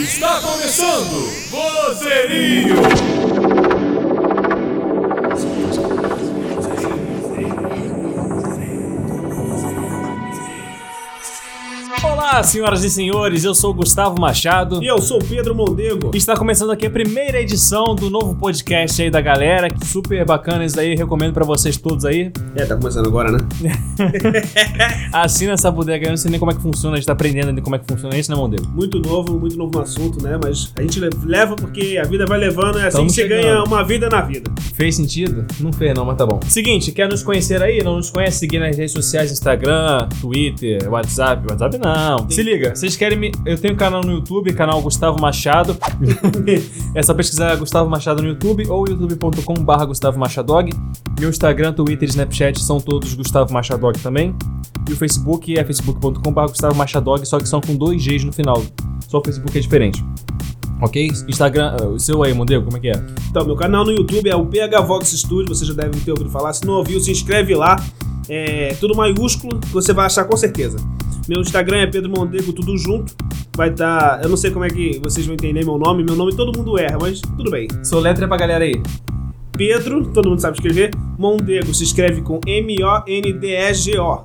Está começando Vozerio! Olá, senhoras e senhores, eu sou o Gustavo Machado E eu sou o Pedro Mondego. e está começando aqui a primeira edição do novo podcast aí da galera. que Super bacana isso daí, recomendo pra vocês todos aí. É, tá começando agora, né? Assina essa bodega, eu não sei nem como é que funciona, a gente tá aprendendo ainda como é que funciona isso, né, Mondego? Muito novo, muito novo no assunto, né? Mas a gente le- leva porque a vida vai levando, é assim Tamo que você chegando. ganha uma vida na vida. Fez sentido? Não fez não, mas tá bom. Seguinte, quer nos conhecer aí? Não nos conhece? Seguir nas redes sociais, Instagram, Twitter, WhatsApp. WhatsApp não. Se liga, vocês querem me... Eu tenho um canal no YouTube, canal Gustavo Machado. é só pesquisar Gustavo Machado no YouTube ou youtube.com.br Gustavo Machadog. Meu Instagram, Twitter e Snapchat são todos Gustavo Machadog também. E o Facebook é facebook.com.br Gustavo Machadog, só que são com dois Gs no final. Só o Facebook é diferente. Ok? Instagram, ah, o seu aí, Mondego, como é que é? Então, meu canal no YouTube é o PHVox Studio, você já deve ter ouvido falar. Se não ouviu, se inscreve lá. É tudo maiúsculo, que você vai achar com certeza. Meu Instagram é Pedro Mondego, tudo junto. Vai estar. eu não sei como é que vocês vão entender meu nome. Meu nome todo mundo erra, mas tudo bem. Soletra pra galera aí. Pedro, todo mundo sabe escrever. Mondego se escreve com M-O-N-D-E-G-O.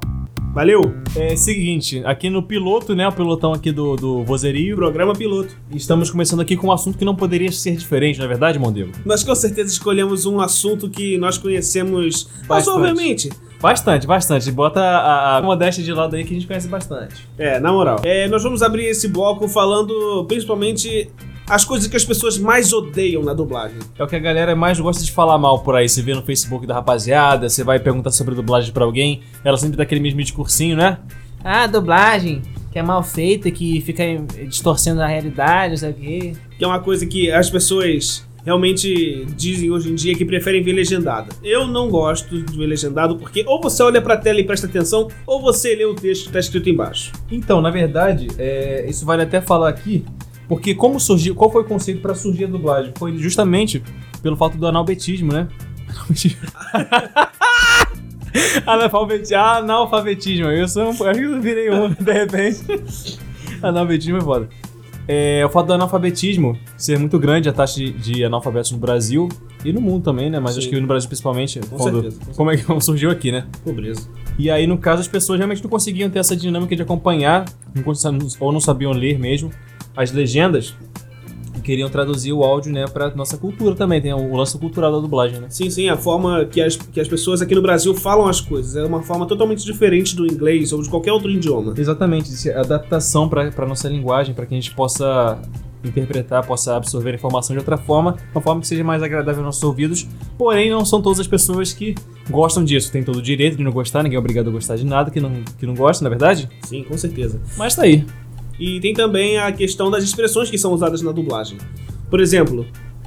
Valeu! É seguinte, aqui no piloto, né? O pilotão aqui do, do Vozerio. Programa piloto. Estamos começando aqui com um assunto que não poderia ser diferente, não é verdade, Mondego? Nós com certeza escolhemos um assunto que nós conhecemos Bastante. razoavelmente. Bastante, bastante. Bota a, a modéstia de lado aí que a gente conhece bastante. É, na moral. É, nós vamos abrir esse bloco falando principalmente as coisas que as pessoas mais odeiam na dublagem. É o que a galera mais gosta de falar mal por aí. Você vê no Facebook da rapaziada, você vai perguntar sobre dublagem pra alguém, ela sempre dá aquele mesmo discursinho, né? Ah, dublagem, que é mal feita, que fica distorcendo a realidade, não sei o quê. Que é uma coisa que as pessoas realmente dizem hoje em dia que preferem ver legendada. Eu não gosto de ver legendado porque ou você olha pra tela e presta atenção, ou você lê o texto que tá escrito embaixo. Então, na verdade, é, isso vale até falar aqui, porque como surgiu, qual foi o conceito para surgir a dublagem? Foi justamente pelo fato do analfabetismo, né? Analfabeti- Analfabetismo, eu sou um, acho que eu virei um de repente. Analfabetismo é foda. É, o fato do analfabetismo ser muito grande, a taxa de, de analfabetos no Brasil e no mundo também, né? Mas Sim. acho que no Brasil principalmente, Com quando- certeza, com como é que surgiu aqui, né? Pobreza. E aí, no caso, as pessoas realmente não conseguiam ter essa dinâmica de acompanhar, não cons- ou não sabiam ler mesmo, as legendas. E queriam traduzir o áudio, né, pra nossa cultura também. Tem o lance cultural da dublagem, né? Sim, sim, a forma que as, que as pessoas aqui no Brasil falam as coisas é uma forma totalmente diferente do inglês ou de qualquer outro idioma. Exatamente, isso é adaptação pra pra nossa linguagem, pra que a gente possa interpretar, possa absorver a informação de outra forma, uma forma que seja mais agradável aos nossos ouvidos. Porém, não são todas as pessoas que gostam disso. Tem todo o direito de não gostar, ninguém é obrigado a gostar de nada que não, que não gosta, na verdade. Sim, com certeza. Mas tá aí. E tem também a questão das expressões que são usadas na dublagem. Por exemplo,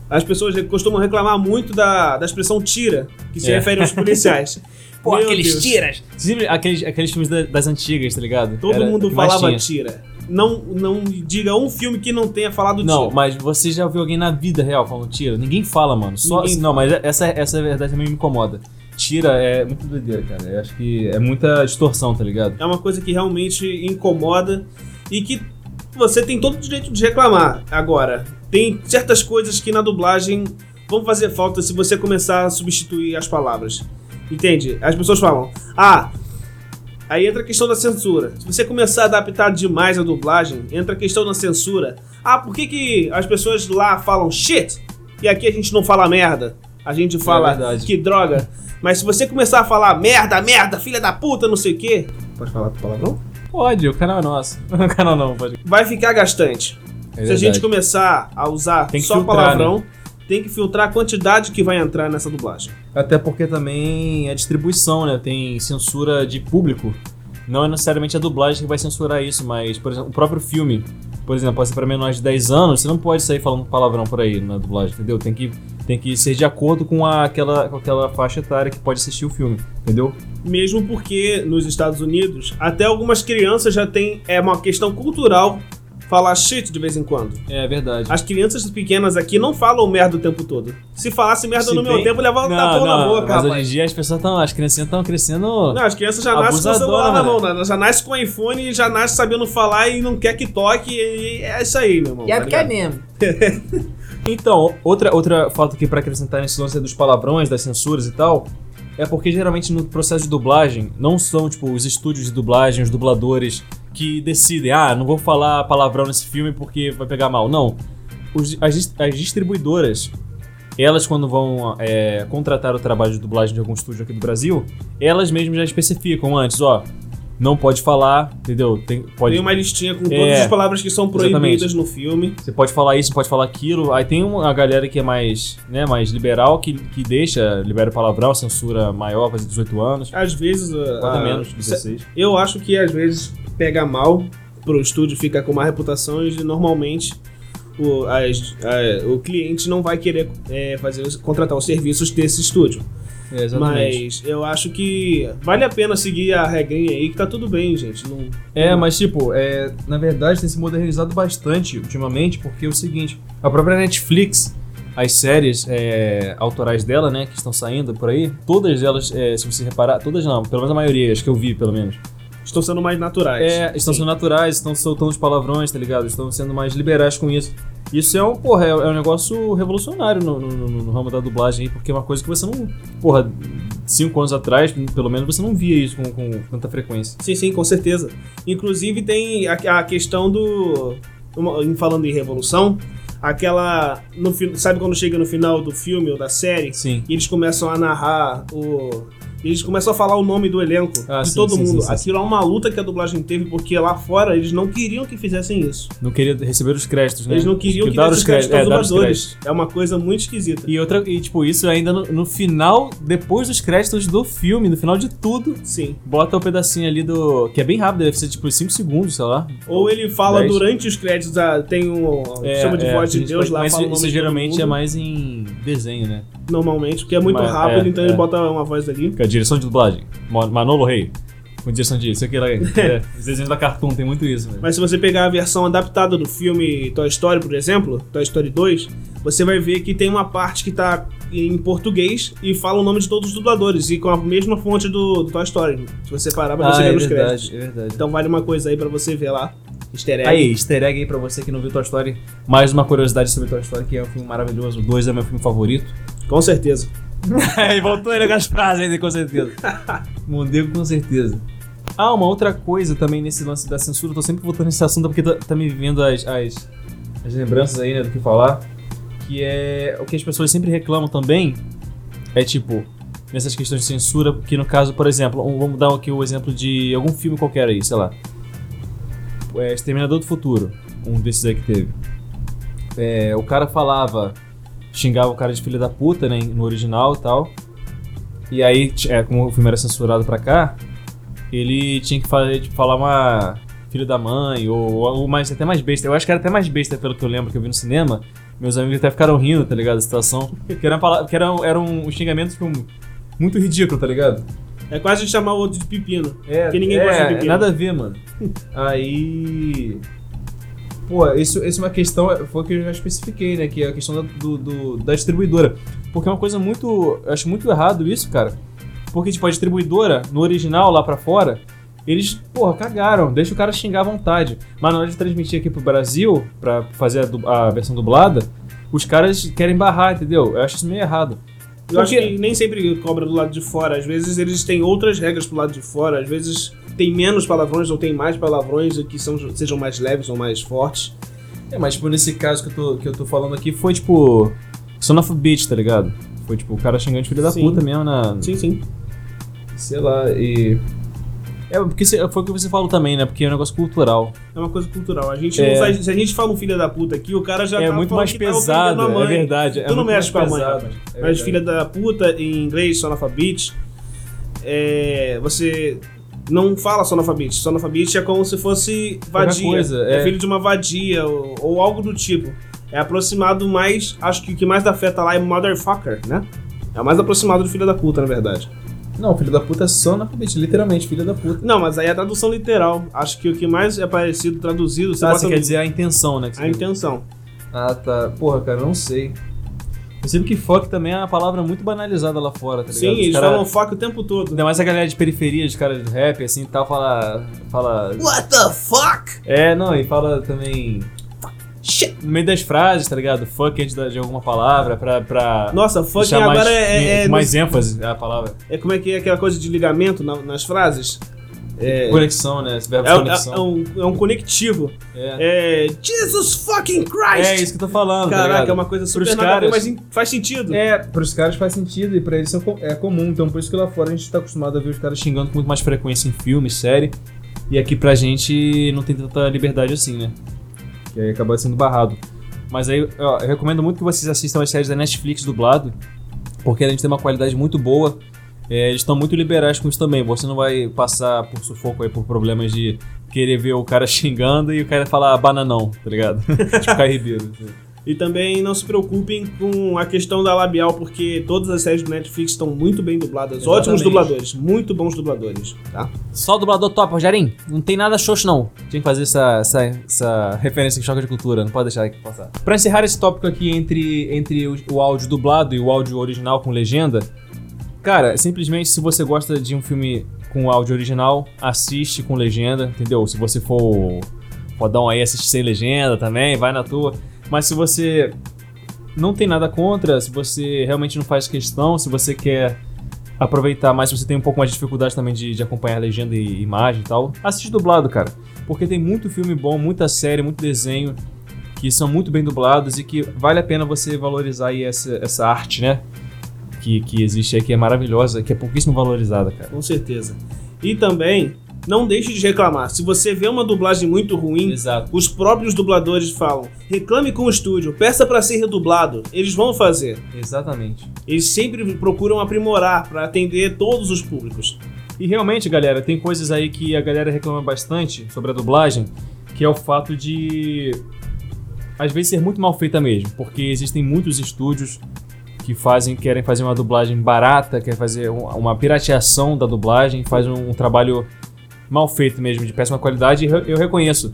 as pessoas costumam reclamar muito da, da expressão tira, que se É. refere aos policiais. Pô, Meu aqueles Deus, tiras. Sempre aqueles, aqueles filmes da- das antigas, tá ligado? Todo Era o mundo que mais falava tinha. tira. Não, não diga um filme que não tenha falado Não, tira. mas você já viu alguém na vida real falando tira? Ninguém fala, mano. Só, Ninguém Não, mas essa, essa verdade também me incomoda. Tira é muito doideira, cara. Eu acho que é muita distorção, tá ligado? É uma coisa que realmente incomoda e que você tem todo o direito de reclamar. Agora, tem certas coisas que na dublagem vão fazer falta se você começar a substituir as palavras. Entende? As pessoas falam, ah. Aí entra a questão da censura. Se você começar a adaptar demais a dublagem, entra a questão da censura. Ah, por que, que as pessoas lá falam shit e aqui a gente não fala merda? A gente fala verdade. que droga. Mas se você começar a falar merda, merda, filha da puta, não sei o quê. Pode falar palavrão? Pode, o canal é nosso. o canal não, pode. Vai ficar gastante. É se a gente verdade. começar a usar Tem que só filtrar, né? palavrão, tem que filtrar a quantidade que vai entrar nessa dublagem. Até porque também é distribuição, né? Tem censura de público. Não é necessariamente a dublagem que vai censurar isso, mas, por exemplo, o próprio filme, por exemplo, pode ser pra menores de 10 anos, você não pode sair falando palavrão por aí na dublagem, entendeu? Tem que, tem que ser de acordo com, a- aquela, com aquela faixa etária que pode assistir o filme, entendeu? Mesmo porque nos Estados Unidos, até algumas crianças já têm. É uma questão cultural falar shit de vez em quando. É verdade. As crianças pequenas aqui não falam merda o tempo todo. Se falasse merda Se no meu bem- tempo, levava Não, o tapão tá na não, boca, Mas hoje rapaz. em dia as pessoas estão. As criancinhas estão crescendo. Não, as crianças já nascem com o Abusadora, celular na né? mão, né? Ela já nasce com o iPhone e já nasce sabendo falar e não quer que toque. E é isso aí, meu irmão. E é tá porque é ligado? mesmo. Então, outra, outra falta aqui pra acrescentar nesse lance dos palavrões, das censuras e tal, é porque geralmente no processo de dublagem, não são, tipo, os estúdios de dublagem, os dubladores que decidem, ah, não vou falar palavrão nesse filme porque vai pegar mal. Não. Os- as, dis- as distribuidoras, elas quando vão é, contratar o trabalho de dublagem de algum estúdio aqui do Brasil, elas mesmas já especificam antes, ó, não pode falar, entendeu? Tem, pode, Tem uma listinha com É. todas as palavras que são proibidas no filme. você pode falar isso, pode falar aquilo. Aí tem uma galera que é mais, né, mais liberal, que, que deixa, libera o palavrão, censura maior, fazer 18 anos. Às vezes. a- Bota a- menos, 16. Eu acho que às vezes pega mal pro estúdio ficar com má reputação e normalmente o, as- a- o cliente não vai querer é, fazer, os- contratar os serviços desse estúdio. É, Mas eu acho que vale a pena seguir a regrinha aí, que tá tudo bem, gente. Não- É, mas tipo, é, na verdade tem se modernizado bastante ultimamente, porque é o seguinte, a própria Netflix, as séries é, autorais dela, né, que estão saindo por aí, todas elas, é, se você reparar, todas não, pelo menos a maioria, as que eu vi pelo menos, estão sendo mais naturais. É, estão sendo naturais, estão soltando os palavrões, tá ligado? Estão sendo mais liberais com isso. Isso é um, porra, é, é um negócio revolucionário no, no- no- no ramo da dublagem aí, porque é uma coisa que você não. Porra, cinco anos atrás, pelo menos, você não via isso com, com tanta frequência. Sim, sim, com certeza. Inclusive tem a, a questão do. uma- em- falando em revolução, aquela. no fi- sabe quando chega no final do filme ou da série? Sim. E eles começam a narrar o. Eles começam a falar o nome do elenco, Ah, de sim, todo sim, mundo. sim, sim, Aquilo é uma luta que a dublagem teve, porque lá fora eles não queriam que fizessem isso. Não queria receber os créditos, né? Eles não queriam que dar os dessem crédito aos créditos. É, dar os dubladores. É uma coisa muito esquisita. E outra, e tipo, isso ainda no, no final, depois dos créditos do filme, no final de tudo, Sim. bota o pedacinho ali do. que é bem rápido, deve ser tipo 5 segundos, sei lá. Ou ele fala Dez. durante os créditos, ah, tem um. É, chama de voz de isso Deus pode- lá, mas fala o isso nome de todo geralmente é mundo. mais em desenho, né? normalmente, porque é muito Mas, rápido, é, então ele é. bota uma voz ali. Que é a direção de dublagem. Mo- Manolo Rey. Com direção de isso aqui, lá, é, os desenhos da Cartoon tem muito isso, velho. Mas se você pegar a versão adaptada do filme Toy Story, por exemplo, Toy Story 2, você vai ver que tem uma parte que tá em português e fala o nome de todos os dubladores e com a mesma fonte do, do Toy Story. Se você parar pra você ver nos créditos. é verdade. Então vale uma coisa aí pra você ver lá. Easter egg. Tá Aí, easter egg aí pra você que não viu Toy Story. Mais uma curiosidade sobre Toy Story, que é um filme maravilhoso. O 2 é meu filme favorito. Com certeza. e voltou ele com as frases ainda, com certeza. Mondego, com certeza. Ah, uma outra coisa também nesse lance da censura, eu tô sempre voltando nesse assunto porque tá, tá me vindo as, as, as lembranças aí, né, do que falar. Que é o que as pessoas sempre reclamam também, é tipo, nessas questões de censura, que no caso, por exemplo, um- vamos dar aqui o exemplo de algum filme qualquer aí, sei lá. É, Exterminador do Futuro, um desses aí que teve. É, o cara falava xingava o cara de filho da puta, né, no original e tal. E aí, t- é, como o filme era censurado pra cá, ele tinha que fazer, tipo, falar uma filho da mãe, ou, ou mais, até mais besta. Eu acho que era até mais besta, pelo que eu lembro, que eu vi no cinema. Meus amigos até ficaram rindo, tá ligado, da situação. Que era, uma palavra, que era, um- era um xingamento, tipo, muito ridículo, tá ligado? É quase chamar o outro de pepino. É, Porque ninguém é, gosta de pepino. Nada a ver, mano. Aí. Pô, isso, isso é uma questão. Foi o que eu já especifiquei, né? Que é a questão da, do- do- da distribuidora. Porque é uma coisa muito. Eu acho muito errado isso, cara. Porque, tipo, a distribuidora, no original, lá pra fora, eles, porra, cagaram. Deixa o cara xingar à vontade. Mas na hora de transmitir aqui pro Brasil, pra fazer a, du- a versão dublada, os caras querem barrar, entendeu? Eu acho isso meio errado. Eu acho Porque- que nem sempre cobra do lado de fora. Às vezes eles têm outras regras pro lado de fora. Às vezes tem menos palavrões ou tem mais palavrões que são, sejam mais leves ou mais fortes. É, mas tipo, nesse caso que eu tô, que eu tô falando aqui foi tipo. Son of a bitch, tá ligado? Foi tipo o cara xingando de filho da Sim. puta mesmo na. Sim, sim. Sei lá, e. É, porque cê- foi o que você falou também, né? Porque é um negócio cultural. É uma coisa cultural. A gente É. não sai- se a gente fala um filho da puta aqui, o cara já é tá muito falando mais que tá ofendendo pesado, a mãe. é verdade. é Tu não muito mais mexe com a mãe, pesado, rapaz. é Mas verdade. filha da puta, em inglês, sonofabite, é, você não fala sonofabite. Sonofabite é como se fosse Qualquer vadia. coisa, é. é. filho de uma vadia ou, ou algo do tipo. É aproximado tá mais, acho que o que mais afeta lá é motherfucker, né? É o mais aproximado do filho da puta, na verdade. Não, filho da puta é só analfabetista, literalmente, filho da puta. Não, mas aí é a tradução literal. Acho que o que mais é parecido traduzido, você Ah, bota você no- quer dizer a intenção, né? que você a intenção. Ah, tá. Porra, cara, eu não sei. Percebo que fuck também é uma palavra muito banalizada lá fora, tá Sim, ligado? Os eles cara- falam foco o tempo todo. Ainda mais a galera de periferia, de cara de rap, assim, e tal, fala... Fala... What the fuck? É, não, e fala também... No meio das frases, tá ligado? Fuck antes da- de alguma palavra pra... pra Nossa, fucking deixar mais- agora é, é, com mais ênfase a palavra. é- Como é que é aquela coisa de ligamento na- nas frases? Conexão, né? Esse verbo É, é- é conexão. um, é um conectivo. É. É. Jesus fucking Christ! É isso que eu tô falando, tá Caraca, ligado? é uma coisa super Pros nada a ver, caras- mas in- faz sentido. É, pros caras faz sentido e pra eles é co- é comum. Então por isso que lá fora a gente tá acostumado a ver os caras xingando com muito mais frequência em filme, série. E aqui pra gente não tem tanta liberdade assim, né? que aí acaba sendo barrado. Mas aí, ó, eu recomendo muito que vocês assistam as séries da Netflix dublado, porque a gente tem uma qualidade muito boa. É, eles estão muito liberais com isso também. Você não vai passar por sufoco aí por problemas de querer ver o cara xingando e o cara falar bananão, tá ligado? tipo Caio Ribeiro. E também não se preocupem com a questão da labial, porque todas as séries do Netflix estão muito bem dubladas. Ótimos Exatamente. dubladores, muito bons dubladores, tá? Só o dublador top, Rogerinho. Não tem nada xoxo, não. Tinha que fazer essa, essa, essa referência que choca de cultura, não pode deixar aqui passar. Pra encerrar esse tópico aqui entre, entre o, o áudio dublado e o áudio original com legenda, cara, simplesmente se você gosta de um filme com áudio original, assiste com legenda, entendeu? Se você for fodão aí, assiste sem legenda também, vai na tua. Mas se você não tem nada contra, se você realmente não faz questão, se você quer aproveitar mais, se você tem um pouco mais de dificuldade também de, de acompanhar legenda e imagem e tal, assiste dublado, cara. Porque tem muito filme bom, muita série, muito desenho que são muito bem dublados e que vale a pena você valorizar aí essa, essa arte, né? Que, que existe aí, que é maravilhosa, que é pouquíssimo valorizada, cara. Com certeza. E também, não deixe de reclamar. Se você vê uma dublagem muito ruim, Exato. os próprios dubladores falam: reclame com o estúdio, peça pra ser redublado. Eles vão fazer. Exatamente. Eles sempre procuram aprimorar pra atender todos os públicos. E realmente, galera, tem coisas aí que a galera reclama bastante sobre a dublagem, que é o fato de às vezes ser muito mal feita mesmo, porque existem muitos estúdios que fazem, querem fazer uma dublagem barata, querem fazer um- uma pirateação da dublagem, faz um, um trabalho mal feito mesmo, de péssima qualidade, e re- eu reconheço.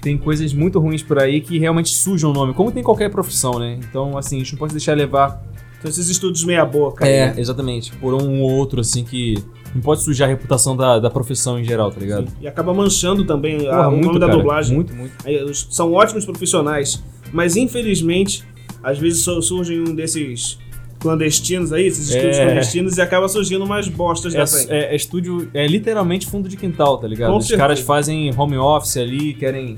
Tem coisas muito ruins por aí que realmente sujam o nome, como tem qualquer profissão, né? Então, assim, a gente não pode deixar levar Então, esses estúdios né? meia-boca. é, exatamente. Por um ou outro, assim, que não pode sujar a reputação da, da profissão em geral, tá ligado? E acaba manchando também a- Porra, Ah, o nome da cara. dublagem. Muito, muito. Aí, os- São ótimos profissionais, mas infelizmente, às vezes so- surgem um desses clandestinos aí, esses estúdios É. clandestinos, e acaba surgindo umas bostas da frente. É, é- é estúdio, é literalmente fundo de quintal, tá ligado? Com Os certeza. caras fazem home office ali, querem,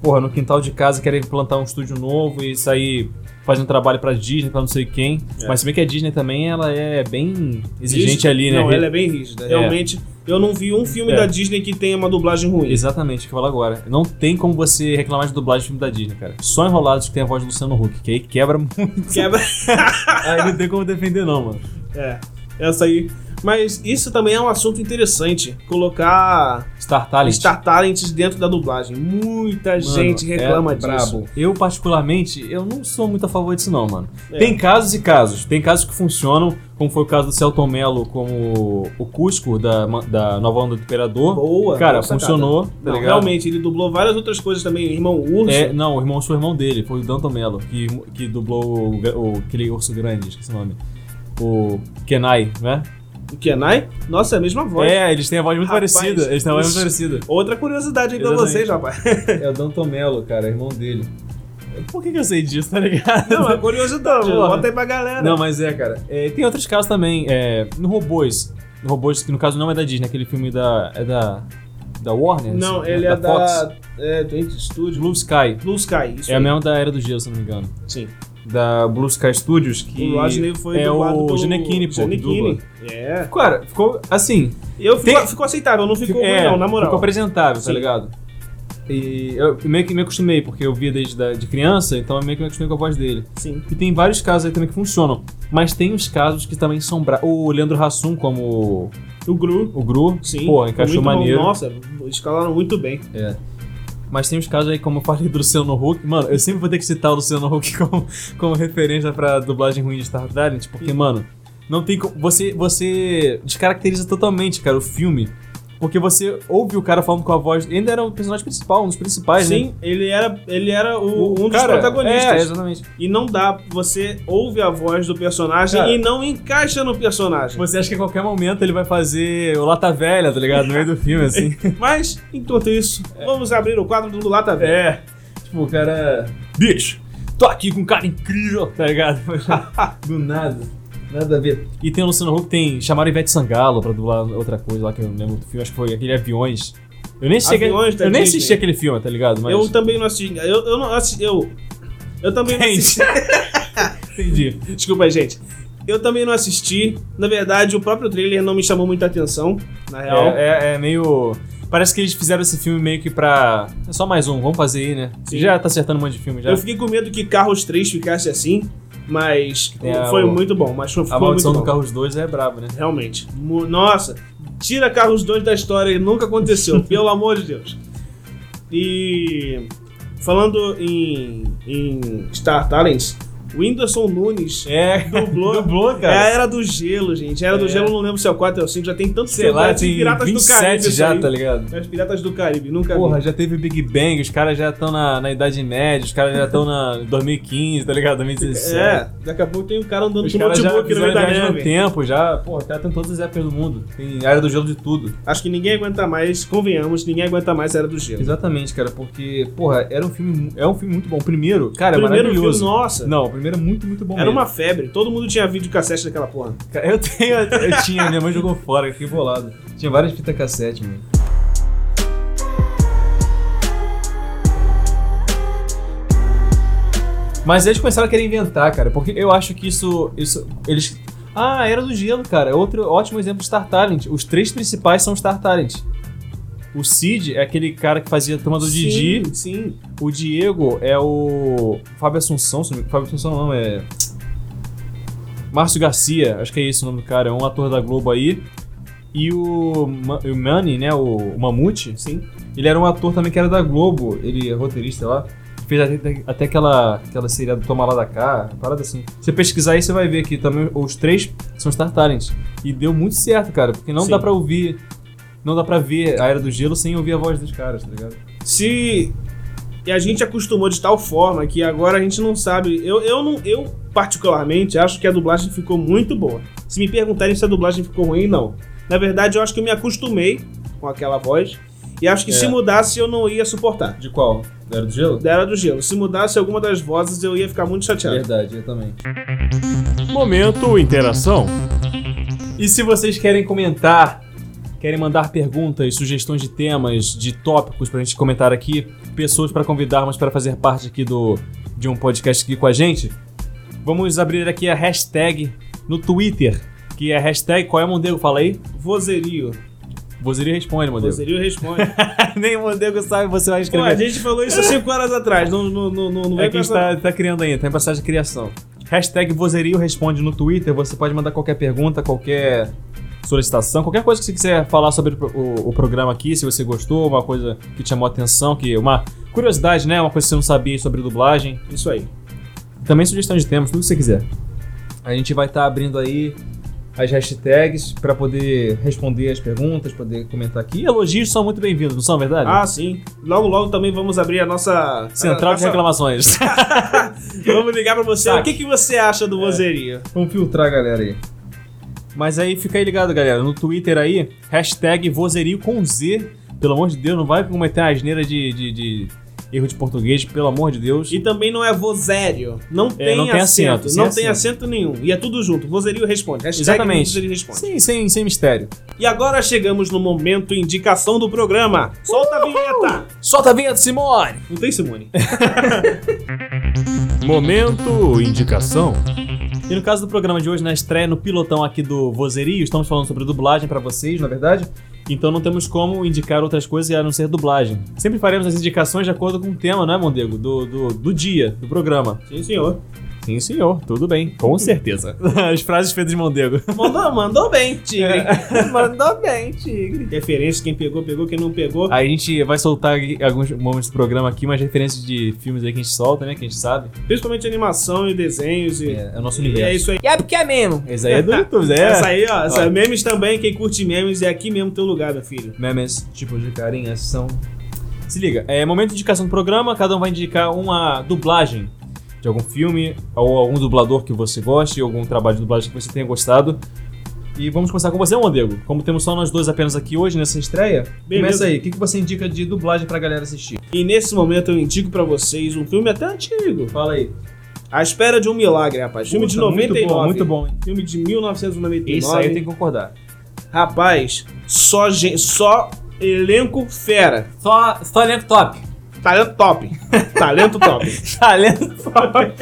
porra, no quintal de casa, querem plantar um estúdio novo e sair fazendo trabalho pra Disney, pra não sei quem. É. Mas se bem que a Disney também, ela é bem exigente Rígida. ali, né? Não, ela é bem rígida. Realmente, eu não vi um filme É. da Disney que tenha uma dublagem ruim. Exatamente, o que eu falo agora. Não tem como você reclamar de dublagem de filme da Disney, cara. Só enrolados que tem a voz do Luciano Huck, que aí quebra muito. Quebra. aí Ah, não tem como defender, não, mano. É, essa aí. Mas isso também é um assunto interessante. Colocar Star Talent. Star Talents dentro da dublagem. Muita gente é reclama disso. brabo. Eu, particularmente, eu não sou muito a favor disso, não, mano. É. Tem casos e casos. Tem casos que funcionam, como foi o caso do Celton Mello como o Cusco da, ma- da Nova Onda do Imperador. Boa. Cara, boa sacada. funcionou, tá Não, ligado? realmente, ele dublou várias outras coisas também. Irmão Urso. É, não, o irmão sou irmão dele, foi o Danton Mello, que, que dublou o, gra- o, aquele urso grande, esqueci o nome. O Kenai, né? O Kenai. Nossa, é a mesma voz. É, eles têm a voz muito Rapaz, parecida. Eles têm a voz muito isso- parecida. Outra curiosidade aí pra Exatamente. vocês, rapaz. É o Danton Mello, cara, irmão dele. Por que, que eu sei disso, tá ligado? Não, é curiosidade. Porra. Bota aí pra galera. Não, mas é, cara. É, tem outros casos também. É, no Robôs. No Robôs, que no caso não é da Disney, aquele filme da. É da. Da Warner? Não, assim, ele é Fox. da. É, do Ent Studio. Blue Sky. Blue Sky, isso É a aí. mesma da Era do Gelo, se não me engano. Sim. Da Blue Sky Studios, que. o Rodney foi é dublado o pelo Gianecchini, pô, que Gianecchini. dubla. É. Cara, ficou assim. Eu ficou, Tem- ficou aceitável, não ficou é, ruim, não, na moral. Ficou apresentável, tá Sim. ligado? E eu meio que me acostumei, porque eu via desde da- de criança, então eu meio que me acostumei com a voz dele. Sim. E tem vários casos aí também que funcionam. Mas tem os casos que também são. Bra... O Leandro Hassum, como O Gru. o Gru, Sim. ficou pô, encaixou muito bom. maneiro. Nossa, escalaram muito bem. Mas tem os casos aí, como eu falei do Luciano Huck. Mano, eu sempre vou ter que citar o Luciano Huck como, como referência pra dublagem ruim de Star Talent, porque, mano, Não tem como. Você, você descaracteriza totalmente, cara, o filme. Porque você ouve o cara falando com a voz. Ele ainda era o personagem principal, um dos principais, né? Sim, ele era, ele era o- um dos Cara, É, protagonistas. exatamente. E não dá, você ouve a voz do personagem Cara. e não encaixa no personagem. Você acha que a qualquer momento ele vai fazer o Lata Velha, tá ligado? No meio do filme, assim. Mas, enquanto isso, vamos abrir o quadro do Lata Velha. É. Tipo, o cara Bicho, tô aqui com um cara incrível, tá ligado? do nada. Nada a ver. e tem o Luciano Huck, tem. Chamaram Ivete Sangalo pra dublar outra coisa lá que eu não lembro do filme, acho que foi aquele Aviões. Eu nem assisti, Aviões da aquele, eu nem Disney. assisti aquele filme, tá ligado? Mas. Eu também não assisti. Eu, eu não assisti. Eu, eu também É não assisti. Entendi. Desculpa, gente. Eu também não assisti. Na verdade, o próprio trailer não me chamou muita atenção, na real. É, é- é meio. Parece que eles fizeram esse filme meio que pra. É só mais um, vamos fazer aí, né? Sim. Já tá acertando um monte de filme já. Eu fiquei com medo que Carros 3 ficasse assim, mas É, o- foi muito bom. Mas foi A ficou muito maldição bom. do Carros 2 é braba, né? Realmente. Mu- Nossa, tira Carros 2 da história, ele nunca aconteceu, pelo amor de Deus. E falando em, em Star Talents, o Whindersson Nunes É. dublou. Dublou, É a cara. era do gelo, gente. A era É. do gelo, não lembro se é o 4 ou é o 5, já tem tanto Sei lá, parece tem Piratas do Caribe 27 isso já, aí. É, tá ligado? Os Piratas do Caribe, nunca Porra, vi. já teve o Big Bang, os caras já estão na, na Idade Média, os caras já estão na 2015, tá ligado? 2017. É, daqui a pouco tem um cara andando Os com caras já notebook no meio fizeram da viagem no neve. tempo, já. Porra, os caras tem todas as épocas do mundo. Tem área do gelo de tudo. Acho que ninguém aguenta mais, convenhamos, ninguém aguenta mais a Era do Gelo. Exatamente, cara, porque, porra, era um filme, mu- é um filme muito bom. O primeiro, cara, é Primeiro filme, maravilhoso. nossa, Não, o primeiro é muito, muito bom era mesmo. uma febre, todo mundo tinha vídeo cassete daquela porra. Cara, Eu tenho, eu tinha, minha mãe jogou fora, eu fiquei bolado. Tinha várias fitas cassete, mano. Mas eles começaram a querer inventar, cara, porque eu acho que isso. isso eles. Ah, Era do Gelo, cara. Outro ótimo exemplo de Star Talent. Os três principais são Star Talent. O Cid é aquele cara que fazia a turma do Didi. Sim, sim. O Diego é o. Fábio Assunção, se não me- Fábio Assunção não, é. Márcio Garcia, acho que é esse o nome do cara, é um ator da Globo aí. E o, Ma- o Manny, né, o, o Mamute, Sim. ele era um ator também que era da Globo, ele é roteirista lá. Fez até, até aquela, aquela série do Toma Lá da Cá, uma parada assim. Se você pesquisar aí, você vai ver que também os três são Star Talents. E deu muito certo, cara, porque não Sim. dá pra ouvir, não dá pra ver a Era do Gelo sem ouvir a voz dos caras, tá ligado? Se. E a gente acostumou de tal forma que agora a gente não sabe. Eu, eu não. Eu, particularmente, acho que a dublagem ficou muito boa. Se me perguntarem se a dublagem ficou ruim, não. Na verdade, eu acho que eu me acostumei com aquela voz. E acho que É. se mudasse, eu não ia suportar. De qual? Da Era do Gelo? Da Era do Gelo. Se mudasse alguma das vozes, eu ia ficar muito chateado. Verdade, eu também. Momento Interação. E se vocês querem comentar, querem mandar perguntas, sugestões de temas, de tópicos pra gente comentar aqui, pessoas pra convidarmos para fazer parte aqui do de um podcast aqui com a gente, vamos abrir aqui a hashtag no Twitter, que é a hashtag qual é Mondego, fala aí. Vozerio. Vozeria responde, Mondego. Vozerio responde. Nem Mondego sabe, você Pô, vai a escrever. gente falou isso há cinco horas atrás. Não, não, não, não, não é vem que com a gente essa- tá, tá criando ainda, tá em processo de criação. Hashtag Vozerio responde no Twitter. Você pode mandar qualquer pergunta, qualquer solicitação, qualquer coisa que você quiser falar sobre o, pro- o- o programa aqui, se você gostou, uma coisa que te chamou a atenção, que uma curiosidade, né? Uma coisa que você não sabia sobre dublagem. Isso aí. Também sugestão de temas, tudo que você quiser. A gente vai estar abrindo aí as hashtags pra poder responder as perguntas, poder comentar aqui. E elogios são muito bem-vindos, não são verdade? Ah, sim. Logo, logo também vamos abrir a nossa. Central a de nossa- Tá. reclamações. Vamos ligar pra você. Saque. O que, que você acha É. do vozerio? Vamos filtrar a galera aí. Mas aí fica aí ligado, galera. No Twitter aí, hashtag vozerio com Z. Pelo amor de Deus, não vai cometer uma asneira de, de, de erro de português, pelo amor de Deus. E também não é vozerio. Não tem, É, não tem acento, sem não tem acento. acento nenhum. E é tudo junto. Vozerio responde. Hashtag Exatamente. Vozerio responde. Sim, sem, sem mistério. E agora chegamos no momento indicação do programa. Solta a vinheta. Solta a vinheta, Simone! Não tem Simone. Momento Indicação. E no caso do programa de hoje, na estreia no pilotão aqui do Vozerio, estamos falando sobre dublagem pra vocês, na verdade. Então não temos como indicar outras coisas a não ser dublagem. Sempre faremos as indicações de acordo com o tema, não é, Mondego? Do, do, do dia, do programa. Sim, senhor. Sim, senhor, tudo bem, com certeza. As frases feitas de Mondego. Mandou, mandou bem, tigre. mandou bem, tigre. Referência, quem pegou, pegou, quem não pegou. A gente vai soltar aqui alguns momentos do programa aqui, mas referências de filmes aí que a gente solta, né? Que a gente sabe. Principalmente animação e desenhos e... É, é o nosso e é universo. isso aí. E é porque é mesmo. Esse aí é do YouTube, isso aí Essa é. aí, ó. essa- Ó. memes também, quem curte memes é aqui mesmo teu lugar, meu filho. Memes. Tipo de cara em ação. Se liga, é momento de indicação do programa, cada um vai indicar uma dublagem de algum filme, ou algum dublador que você goste, ou algum trabalho de dublagem que você tenha gostado. E vamos começar com você, Mondego. Como temos só nós dois apenas aqui hoje nessa estreia, Beleza. Começa aí, o que, que você indica de dublagem pra galera assistir? E nesse momento eu indico pra vocês um filme até antigo. Fala aí. A Espera de um Milagre, rapaz. Filme de Puta, 99. Muito bom, muito bom. hein? Filme de 1999. Isso aí eu tenho que concordar. Rapaz, só, gen- só elenco fera. Só, só elenco top. Talento top. Talento top. Talento top.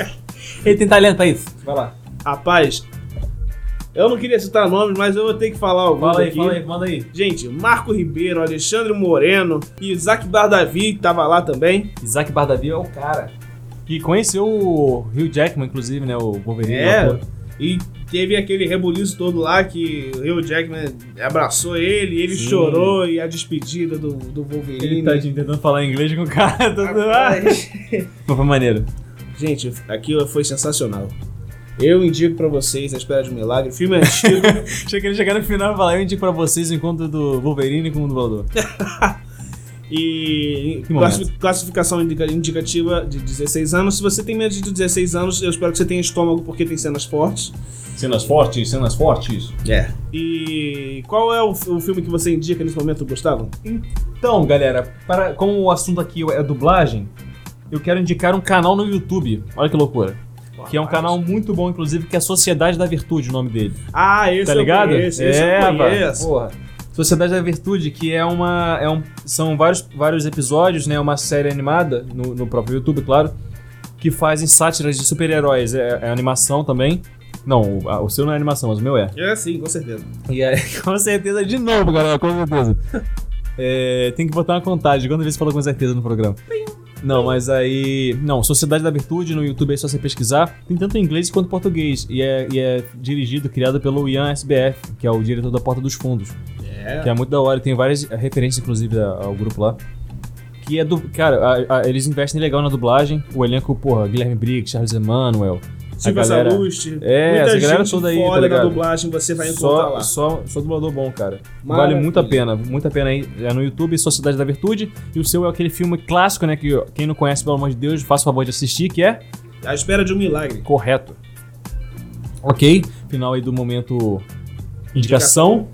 Ele tem talento pra isso. Vai lá. Rapaz, eu não queria citar nomes, mas eu vou ter que falar alguns Fala aí, aqui. fala aí, manda aí. Gente, Marco Ribeiro, Alexandre Moreno e Isaac Bardavi, que tava lá também. Isaac Bardavi é o cara que conheceu o Hugh Jackman, inclusive, né? O Wolverine. É. o ator. E teve aquele rebuliço todo lá que o Hugh Jackman abraçou ele, ele Sim. chorou e a despedida do, do Wolverine. Ele tá tentando falar inglês com o cara. Tudo... Ah, Rapaz. Mas foi maneiro. Gente, aquilo foi sensacional. Eu indico pra vocês A Espera de um Milagre, filme antigo. Achei que ele chegar no final e falar, eu indico pra vocês o encontro do Wolverine com o dublador. E Que momento. classi- classificação indica- indicativa de 16 anos. Se você tem menos de 16 anos, eu espero que você tenha estômago porque tem cenas fortes. Cenas fortes, cenas fortes. É. E qual é o, f- o filme que você indica nesse momento, Gustavo? Então, galera, para, como o assunto aqui é dublagem, eu quero indicar um canal no YouTube. Olha que loucura. Que é um canal muito bom, inclusive, que é Sociedade da Virtude, o nome dele. Ah, esse tá eu ligado? conheço, esse é, eu pá, conheço. porra. Sociedade da Virtude, que é uma. É um, são vários, vários episódios, né? Uma série animada, no, no próprio YouTube, claro, que fazem sátiras de super-heróis. É, é animação também. Não, o, a- o seu não é animação, mas o meu é. É sim, com certeza. E aí, com certeza, de novo, galera, com certeza. É, tem que botar uma contagem. Quando vez falou com certeza no programa? Não, mas aí. Não, Sociedade da Virtude no YouTube é só você pesquisar. Tem tanto em inglês quanto em português. E é, e é dirigido, criado pelo Ian SBF, que é o diretor da Porta dos Fundos. É. Que é muito da hora. Tem várias referências, inclusive, a- ao grupo lá. Que é do. Cara, a- a- eles investem legal na dublagem. O elenco, porra, Guilherme Briggs, Charles Emmanuel. Silvia galera- Salusti. É, muita essa galera gente toda aí, tá foda na ligado? dublagem, você vai encontrar só, lá. só, só dublador bom, cara. Maravilha. Vale muito a pena, muito a pena aí. É no YouTube, Sociedade da Virtude. E o seu é aquele filme clássico, né? Que ó, quem não conhece, pelo amor de Deus, faça o favor de assistir, que é A Espera de um Milagre. correto. Ok? Final aí do momento indicação.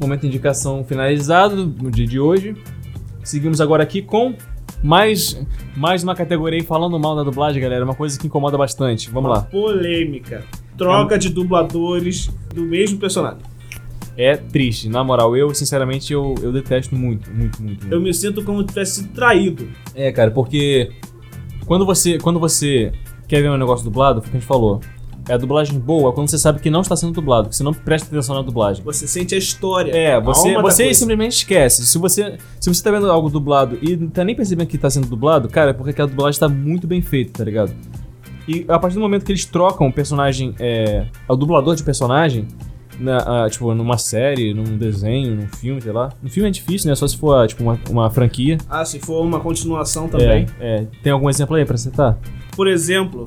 Momento indicação finalizado no dia de hoje. Seguimos agora aqui com mais, mais uma categoria aí falando mal da dublagem, galera. É Uma coisa que incomoda bastante. Vamos lá. Polêmica. Troca de dubladores do mesmo personagem. É triste. Na moral, eu, sinceramente, eu, eu detesto muito, muito, muito. muito. Eu me sinto como se tivesse sido traído. É, cara, porque quando você, quando você quer ver um negócio dublado, foi o que a gente falou. É a dublagem boa quando você sabe que não está sendo dublado, que você não presta atenção na dublagem. Você sente a história. É, a você, alma da você coisa. simplesmente esquece. Se você, se você tá vendo algo dublado e não tá nem percebendo que tá sendo dublado, cara, é porque aquela dublagem tá muito bem feita, tá ligado? E a partir do momento que eles trocam o personagem, é, o dublador de personagem, na, ah, tipo, numa série, num desenho, num filme, sei lá. No filme é difícil, né? Só se for, ah, tipo, uma, uma franquia. Ah, se for uma continuação também. É, é. Tem algum exemplo aí pra citar? Por exemplo,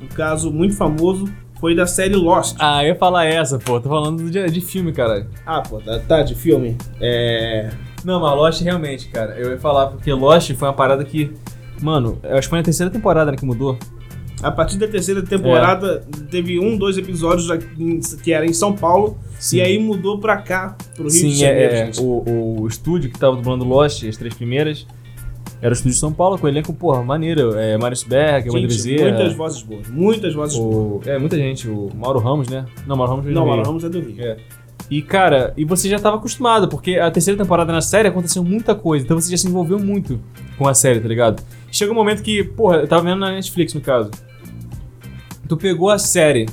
um caso muito famoso foi da série Lost. Ah, eu ia falar essa, pô. Tô falando de, de filme, cara. Ah, pô, tá, tá de filme. É. Não, mas Lost realmente, cara. Eu ia falar porque Lost foi uma parada que. Mano, eu acho que foi na terceira temporada né, que mudou. A partir da terceira temporada, teve um, dois episódios aqui em- que era em São Paulo. Sim. E aí mudou pra cá, pro Rio de Sim, Janeiro, é, é, gente. o, o estúdio que tava dublando Lost, as três primeiras, era o estúdio de São Paulo, com o elenco, porra, maneiro. É, Marius Berg, Wanda Gente, Bezerra. muitas vozes boas. Muitas vozes boas. é- o, É, muita gente. O Mauro Ramos, né? Não, Mauro Ramos veio Não, do Rio. Mauro Ramos é do Rio. É. E, cara, e você já tava acostumado, porque a terceira temporada na série aconteceu muita coisa, então você já se envolveu muito com a série, tá ligado? Chega um momento que, porra, eu tava vendo na Netflix, no caso. Tu pegou a série,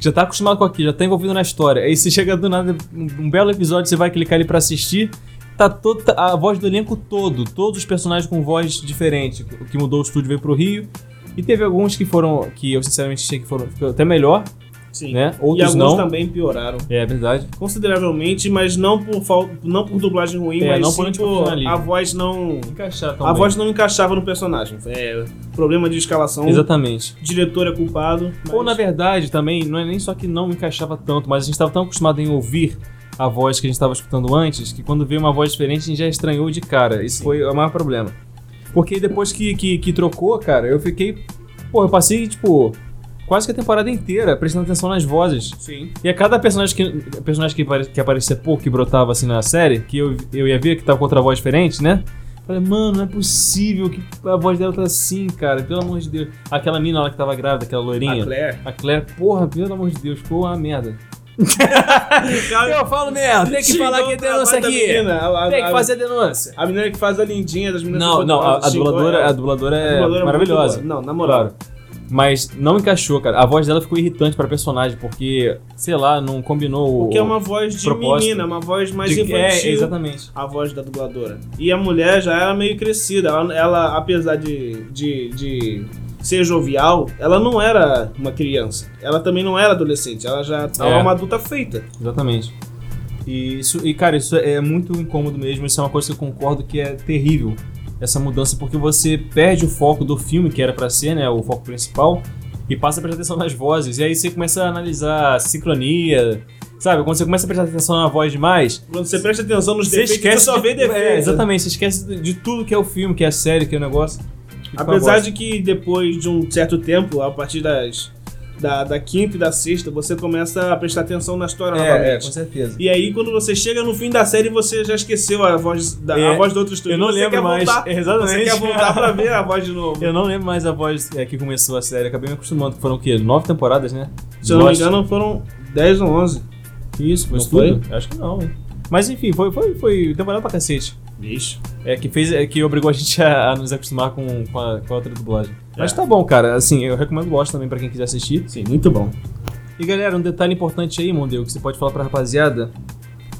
já tá acostumado com aquilo, já tá envolvido na história, aí você chega do nada, um, um belo episódio, você vai clicar ali pra assistir, tá toda a voz do elenco todo, todos os personagens com voz diferente, o que mudou o estúdio veio pro Rio. E teve alguns que foram, que eu sinceramente achei que foram ficou até melhor, Sim. né? E Outros alguns não. também pioraram É verdade. consideravelmente, mas não por falta, não por dublagem ruim, É, mas não sim por por antiprofissionalismo. a voz não Encaixar a voz não encaixava no personagem. É, problema de escalação. Exatamente. O diretor é culpado. mas- Ou na verdade também, não é nem só que não encaixava tanto, mas a gente estava tão acostumado em ouvir a voz que a gente estava escutando antes, que quando veio uma voz diferente a gente já estranhou de cara. Isso foi o maior problema. Porque depois que, que, que trocou, cara, eu fiquei. Pô, eu passei, tipo, quase que a temporada inteira prestando atenção nas vozes. Sim. E a cada personagem que, personagem que, apare- que aparecia pouco, que brotava assim na série, que eu, eu ia ver que tava com outra voz diferente, né? Falei, mano, não é possível que a voz dela tá assim, cara, pelo amor de Deus. Aquela mina lá que tava grávida, aquela A loirinha. Claire. A Claire, porra, pelo amor de Deus, ficou uma merda. Eu falo merda, tem que Xingou falar que é o trabalho denúncia da aqui. menina, né? a- a- Tem que a- fazer denúncia. A menina que faz a lindinha das meninas. Não, não, a, a Xingou dubladora, ela. a dubladora A é dubladora muito maravilhosa. boa. Não, na moral. Claro. Mas não encaixou, cara. A voz dela ficou irritante pra personagem, porque, sei lá, não combinou o- Porque é uma voz de Propósito. menina, uma voz mais de- É, infantil. exatamente. a voz da dubladora. E a mulher já era meio crescida. Ela, ela, apesar de, de, de ser jovial, ela não era uma criança. Ela também não era adolescente. Ela já estava É. uma adulta feita. Exatamente. E, isso, e, cara, isso é muito incômodo mesmo. Isso é uma coisa que eu concordo que é terrível. Essa mudança, porque você perde o foco do filme, que era pra ser, né? O foco principal, e passa a prestar atenção nas vozes. E aí você começa a analisar a sincronia, sabe? Quando você começa a prestar atenção na voz demais, Quando você presta atenção nos você defeitos, esquece. você só vê de- defeitos. é, exatamente, você esquece de- de tudo que é o filme, que é a série, que é o negócio. Fica uma Apesar bosta. de que depois de um certo tempo, a partir das, da, da quinta e da sexta, você começa a prestar atenção na história É, é, novamente. com certeza. E aí, quando você chega no fim da série, você já esqueceu a voz da É, a voz do outro estúdio. Eu não você lembro quer mais. Voltar, Exatamente. você quer voltar pra ver a voz de novo. Eu não lembro mais a voz é, que começou a série. Acabei me acostumando. que Foram o quê? Nove temporadas, né? Se eu não me Lost. engano, foram 10 ou 11. Isso, foi Não isso tudo? Acho que não, hein? Mas enfim, foi, foi, foi temporada pra cacete. Bicho. É que fez, é que obrigou a gente a, a nos acostumar com, com, a, com a outra dublagem. Mas tá bom, cara. Assim, eu recomendo Lost também pra quem quiser assistir. É. Sim, muito bom. E galera, um detalhe importante aí, Mondeu, que você pode falar pra rapaziada,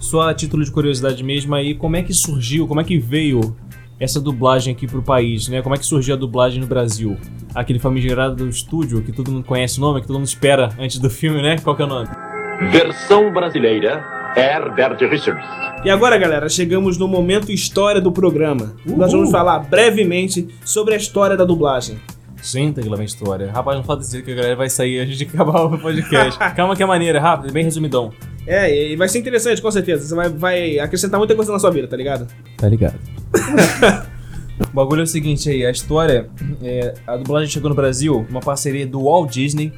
só a título de curiosidade mesmo aí, como é que surgiu, como é que veio essa dublagem aqui pro país, né? Como é que surgiu a dublagem no Brasil? Aquele famigerado do estúdio que todo mundo conhece o nome, que todo mundo espera antes do filme, né? Qual que é o nome? Versão brasileira, Herbert Richards. E agora, galera, chegamos no momento história do programa. Nós vamos falar brevemente sobre a história da dublagem. Senta que lá vem história. Rapaz, não fala desse jeito que a galera vai sair antes de acabar o podcast. Calma que é maneira, rápido, bem resumidão. É, e vai ser interessante, com certeza. Você vai, vai acrescentar muita coisa na sua vida, tá ligado? Tá ligado. o bagulho é o seguinte aí, a história, é, a dublagem chegou no Brasil, uma parceria do Walt Disney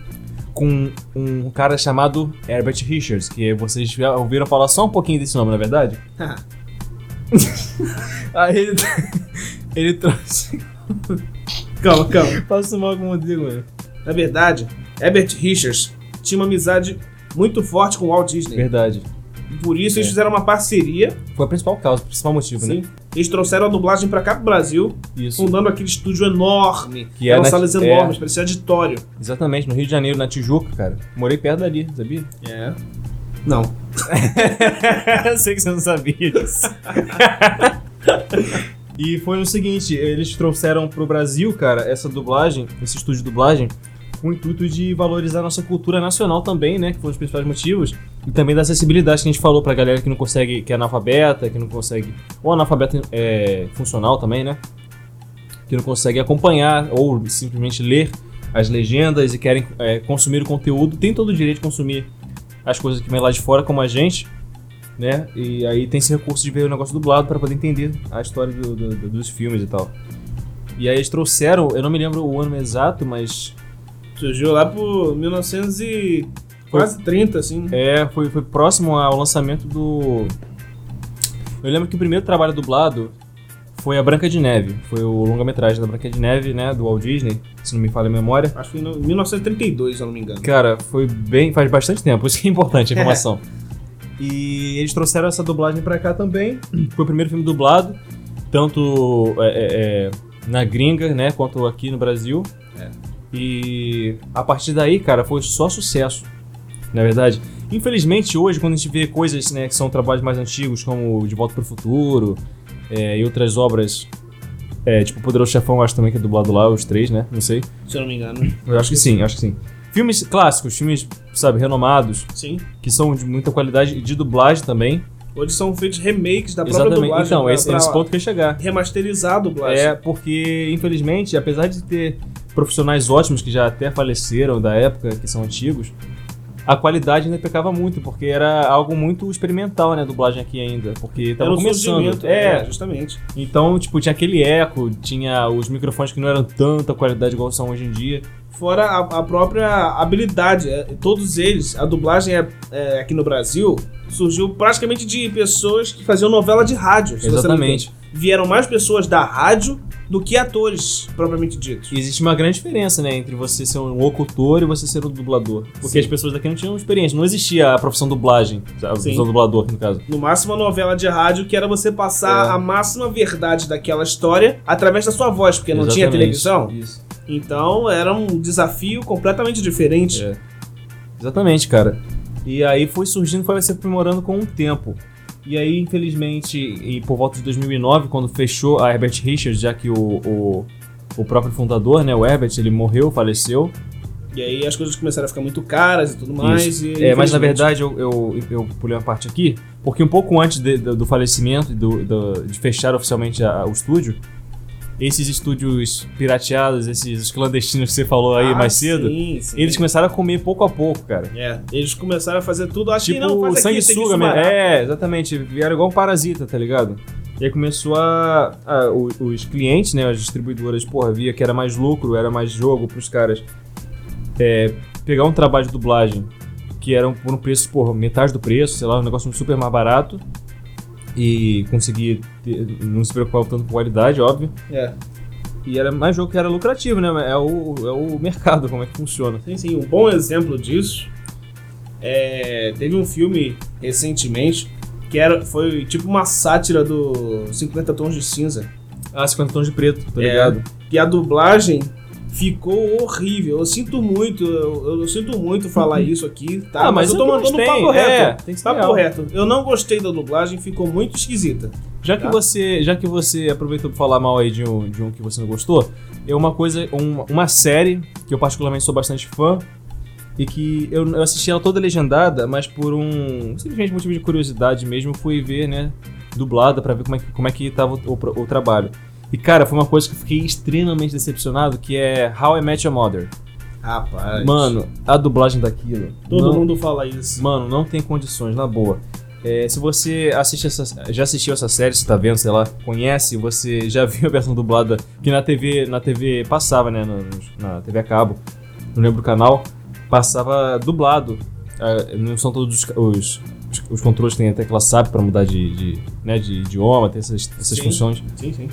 com um cara chamado Herbert Richards, que vocês já ouviram falar só um pouquinho desse nome, na verdade? Aí ele, ele trouxe... calma, calma. Passo mal com o Rodrigo, né? mano. Na verdade, Herbert Richards tinha uma amizade muito forte com Walt Disney. Verdade. Por isso, eles fizeram uma parceria. Foi a principal causa, o principal motivo, É. né? Eles trouxeram a dublagem pra cá pro Brasil, Isso. fundando aquele estúdio enorme. Que é eram na- salas é. enormes, parecia auditório. Exatamente, no Rio de Janeiro, na Tijuca, cara. Morei perto dali, sabia? É. Não. Eu sei que você não sabia disso. e foi o seguinte, eles trouxeram pro Brasil, cara, essa dublagem, esse estúdio de dublagem, com o intuito de valorizar nossa cultura nacional também, né? Que foi um dos principais motivos. E também da acessibilidade que a gente falou pra galera que não consegue, que é analfabeta, que não consegue. Ou analfabeta é, funcional também, né? Que não consegue acompanhar ou simplesmente ler as legendas e querem é, consumir o conteúdo. Tem todo o direito de consumir as coisas que vem lá de fora, como a gente né? E aí tem esse recurso de ver o negócio dublado para poder entender a história do- do- do- dos filmes e tal. E aí eles trouxeram, eu não me lembro o ano exato, mas Surgiu lá por 1900 e quase 30, assim. é, foi, foi próximo ao lançamento do. Eu lembro que o primeiro trabalho dublado foi a Branca de Neve. Foi o longa-metragem da Branca de Neve, né? Do Walt Disney, se não me falha a memória. Acho que em 1932, se eu não me engano. Cara, foi bem. faz bastante tempo, isso que é importante a informação. E eles trouxeram essa dublagem pra cá também. Foi o primeiro filme dublado, tanto é, é, é, na gringa, né, quanto aqui no Brasil. E a partir daí, cara, foi só sucesso. Na verdade, infelizmente hoje, quando a gente vê coisas né, que são trabalhos mais antigos, como De Volta para o Futuro é, e outras obras É, tipo, o Poderoso Chefão, eu acho também que é dublado lá, os três, né? Não sei. se eu não me engano. Eu acho que sim, acho que sim. Filmes clássicos, filmes, sabe, renomados, Sim. que são de muita qualidade e de dublagem também. Hoje são feitos remakes da própria Exatamente. dublagem. então, pra- esse, pra esse ponto que eu ia chegar. Remasterizar a dublagem. É, porque, infelizmente, apesar de ter profissionais ótimos que já até faleceram da época, que são antigos, a qualidade ainda pecava muito, porque era algo muito experimental, né, a dublagem aqui ainda. Porque Era tava um começando. surgimento. É, justamente. então, tipo, tinha aquele eco, tinha os microfones que não eram tanta qualidade igual são hoje em dia. Fora a, a própria habilidade. é, Todos eles, a dublagem é, é, aqui no Brasil surgiu praticamente de pessoas que faziam novela de rádio. se você não Exatamente. entende. Vieram mais pessoas da rádio do que atores, propriamente dito. E existe uma grande diferença, né, entre você ser um locutor e você ser um dublador. Porque as pessoas daqui não tinham experiência, não existia a profissão dublagem, a profissão Sim. dublador, aqui no caso. No máximo, a novela de rádio, que era você É. passar a máxima verdade daquela história através da sua voz, porque não tinha Exatamente. televisão. Isso. Então, era um desafio completamente diferente. É. Exatamente, cara. E aí foi surgindo, foi se aprimorando com o tempo. E aí, infelizmente, e por volta de 2009, quando fechou a Herbert Richards, já que o, o, o próprio fundador, né, o Herbert, ele morreu, faleceu. E aí, as coisas começaram a ficar muito caras e tudo mais. e, É, mas na infelizmente, verdade eu, eu, eu pulei uma parte aqui, porque um pouco antes de- do, do falecimento e do, do- de fechar oficialmente a- o estúdio, esses estúdios pirateados, esses clandestinos que você falou aí Ah, mais cedo, sim, sim. eles começaram a comer pouco a pouco, cara. É, eles começaram a fazer tudo, acho Tipo, que Assim, não, faz aqui, tem que sanguessuga mesmo. sumarar. É, exatamente. Vieram igual um parasita, tá ligado? E aí começou a, a- o- os, clientes, né? As distribuidoras, porra, via que era mais lucro, era mais jogo pros caras. é, pegar um trabalho de dublagem que era um- por um preço, porra, metade do preço, sei lá, um negócio super mais barato. E conseguir ter- não se preocupar tanto com qualidade, óbvio. É. E era mais jogo que era lucrativo, né? É o, é o mercado, como é que funciona. Sim, sim, um bom exemplo disso é, teve um filme recentemente que era, foi tipo uma sátira do 50 Tons de Cinza. Ah, 50 tons de preto, tá É. ligado? E a dublagem ficou horrível. Eu sinto muito, eu, eu sinto muito falar Uhum. isso aqui, tá? eu tô o que mandando Ah, tem, papo É, reto. tá tem que ser Papo real. reto. Eu não gostei da dublagem, ficou muito esquisita. Já que Tá. você, já que você aproveitou pra falar mal aí de um, de um que você não gostou, é uma coisa, um- uma série que eu particularmente sou bastante fã e que eu, eu assisti ela toda legendada, mas por um simplesmente motivo de curiosidade mesmo, eu fui ver, né, dublada pra ver como é que, como é que tava o, o pro- o trabalho. E cara, foi uma coisa que eu fiquei extremamente decepcionado, que é How I Met Your Mother. Rapaz. Mano, a dublagem daquilo. todo não- mundo fala isso. Mano, não tem condições, na boa. É, se você assiste essa, já assistiu essa série, se tá vendo, sei lá, conhece, você já viu a versão dublada que na TV, na TV passava, né? no- nos- na TV a cabo, não lembro o canal, passava dublado. Ah, não são todos os, ca- os, os, os controles que tem a tecla SAP pra mudar de, de, né, de idioma, tem essas, essas Sim. funções. Sim, sim.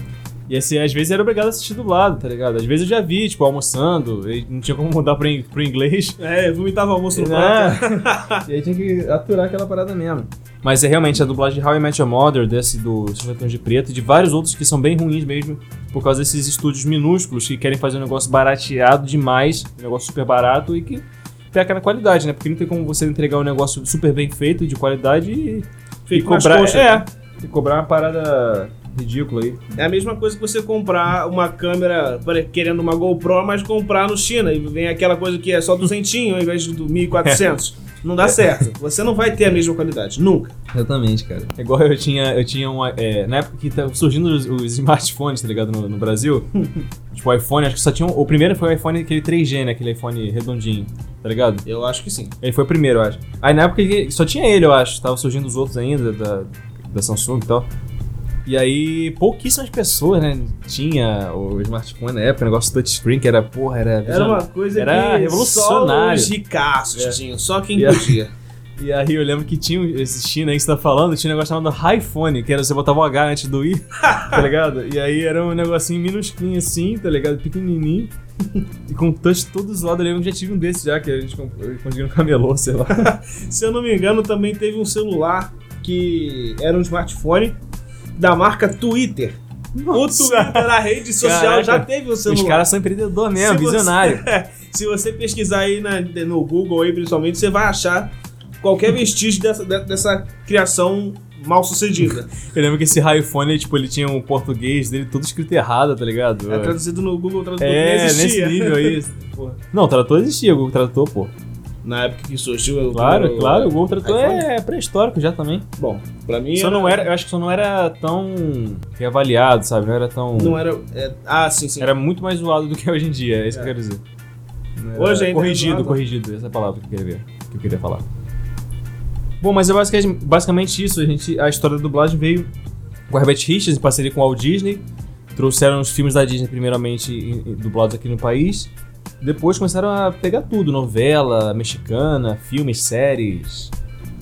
E assim, às vezes era obrigado a assistir dublado, tá ligado? Às vezes eu já vi, tipo, almoçando, e não tinha como mudar pro, in- pro inglês. É, eu vomitava almoço no prato. Ah, E aí tinha que aturar aquela parada mesmo. Mas é realmente a dublagem de How I Met Your Mother, desse do 50 Tons de Preto e de vários outros que são bem ruins mesmo, por causa desses estúdios minúsculos que querem fazer um negócio barateado demais, um negócio super barato e que peca na qualidade, né? Porque não tem como você entregar um negócio super bem feito, de qualidade e, Feito e nas cobrar. coxas, né? é, e cobrar uma parada ridícula aí. É a mesma coisa que você comprar uma câmera pare- querendo uma GoPro, mas comprar no China e vem aquela coisa que é só 200 ao invés do 1400. Não dá certo. Você não vai ter a mesma qualidade, nunca. Exatamente, cara. É igual eu tinha, eu tinha um. é, na época que estavam surgindo os, os smartphones, tá ligado? No, no Brasil. tipo, o iPhone, acho que só tinha um. O primeiro foi o iPhone aquele 3G, né? Aquele iPhone redondinho, tá ligado? Eu acho que sim. Ele foi o primeiro, eu acho. Aí na época que só tinha ele, eu acho. Tava surgindo os outros ainda, da, da Samsung e tal. E aí, pouquíssimas pessoas, né? Tinha o smartphone na época, o negócio touchscreen, que era, porra, era. Era É. uma coisa Era que revolucionário. só os ricaços tinham, só quem Yeah. podia. E aí eu lembro que tinha um, esse China aí que você tá falando, tinha um negócio chamado iPhone, que era você botava o H antes do I, tá ligado? E aí era um negocinho minusquinho assim, tá ligado? Pequenininho. E com touch todo zoado, eu lembro que já tive um desses já, que a gente comprou- eu consegui no camelô, sei lá. Se eu não me engano, também teve um celular que era um smartphone da marca Twitter. O Twitter, a rede social, Caraca. já teve um celular. Os caras são empreendedor mesmo, Se você- Né? visionário. Se você pesquisar aí na- no Google, aí, principalmente, você vai achar qualquer vestígio dessa, de- dessa criação mal sucedida. Eu lembro que esse iPhone, tipo, ele tinha um português dele todo escrito errado, tá ligado? É traduzido no Google Tradutor que É, nem nesse existia. nível aí. Porra. Não, o trator existia, o Google Trator, pô. Na época que surgiu. o- Claro, o- claro, o Google Trator iPhone. é pré-histórico já também. Bom, pra mim. Só não era, eu acho que só não era tão reavaliado, sabe? Não era tão. Não era. é, ah, sim, sim. Era muito mais zoado do que é hoje em dia, é isso que eu quero dizer. Não era- Hoje ainda é Corrigido, zoado. corrigido, essa é a palavra que eu queria ver, que eu queria falar. Bom, mas é basica- basicamente isso. A, gente, a história da dublagem veio com Herbert Richards, em parceria com o Walt Disney. Trouxeram os filmes da Disney, primeiramente, em- em- dublados aqui no país. Depois começaram a pegar tudo: novela, mexicana, filmes, séries,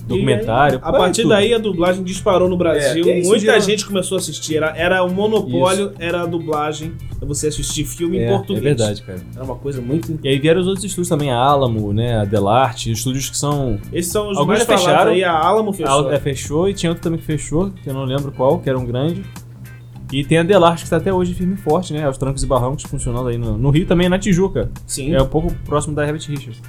documentário. A pô, é partir tudo. daí a dublagem disparou no Brasil. É, e aí Muita surgiram- gente começou a assistir. Era, era o monopólio, era a dublagem. Você assistir filme É, em português. É verdade, cara. Era uma coisa muito. E aí vieram os outros estúdios também, a Alamo, né, a Delarte, estúdios que são Esses são os Alguns mais falados fecharam. aí. A Alamo A fechou. Al- é, fechou e tinha outro também que fechou, que eu não lembro qual, que era um grande. E tem a Delarte, que tá até hoje firme e forte, né? Os trancos e barrancos funcionando aí no, no Rio também, é na Tijuca. Sim. É um pouco próximo da Herbert Richards.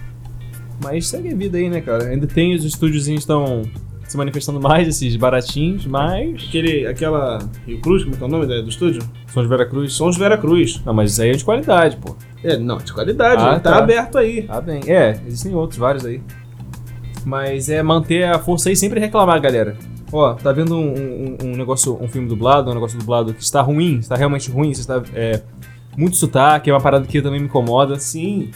Mas segue a vida aí, né, cara? Ainda tem os estúdiozinhos estão se manifestando mais, esses baratinhos, mas. Aquele, aquela. Rio Cruz, como é que é o nome da- do estúdio? São de Veracruz. Sons Vera Cruz. Não, mas isso aí é de qualidade, pô. É, não, de qualidade. Ah, ele tá, tá. aberto aí. Tá bem. É, existem outros, vários aí. Mas é manter a força aí e sempre reclamar, galera. Ó, tá vendo um, um- um negócio, um filme dublado, um negócio dublado que está ruim, está realmente ruim, você está. É, muito sotaque, é uma parada que também me incomoda. Sim.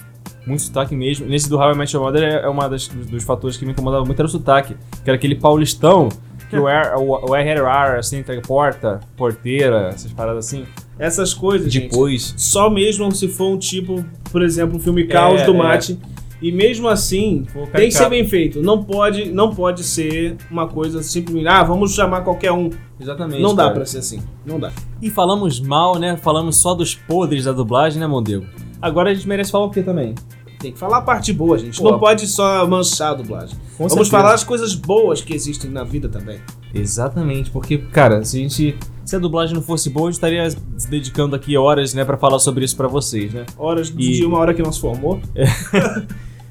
Muito sotaque mesmo. Nesse do How I Met Your Mother é é uma das dos, dos fatores que me incomodava muito era o sotaque. Que era aquele paulistão que o R, o, o RRR, assim, entrega porta, porteira, essas paradas assim. Essas coisas. gente, Depois. Só mesmo se for um tipo, por exemplo, um filme Caos É, do é. Mate. E mesmo assim, Pô, tem que ser caricato. bem feito. Não pode, não pode ser uma coisa simplesmente, ah, vamos chamar qualquer um. Exatamente. Não dá É cara. pra ser assim. Não dá. E falamos mal, né? Falamos só dos podres da dublagem, né, Mondego? Agora a gente merece falar o quê também? Tem que falar a parte boa, gente. Pô. Não pode só manchar a dublagem. Com Vamos certeza. falar as coisas boas que existem na vida também. Exatamente, porque, cara, se a gente. Se a dublagem não fosse boa, a gente estaria se dedicando aqui horas, né, pra falar sobre isso pra vocês, né? Horas do E- dia, uma hora que não se formou.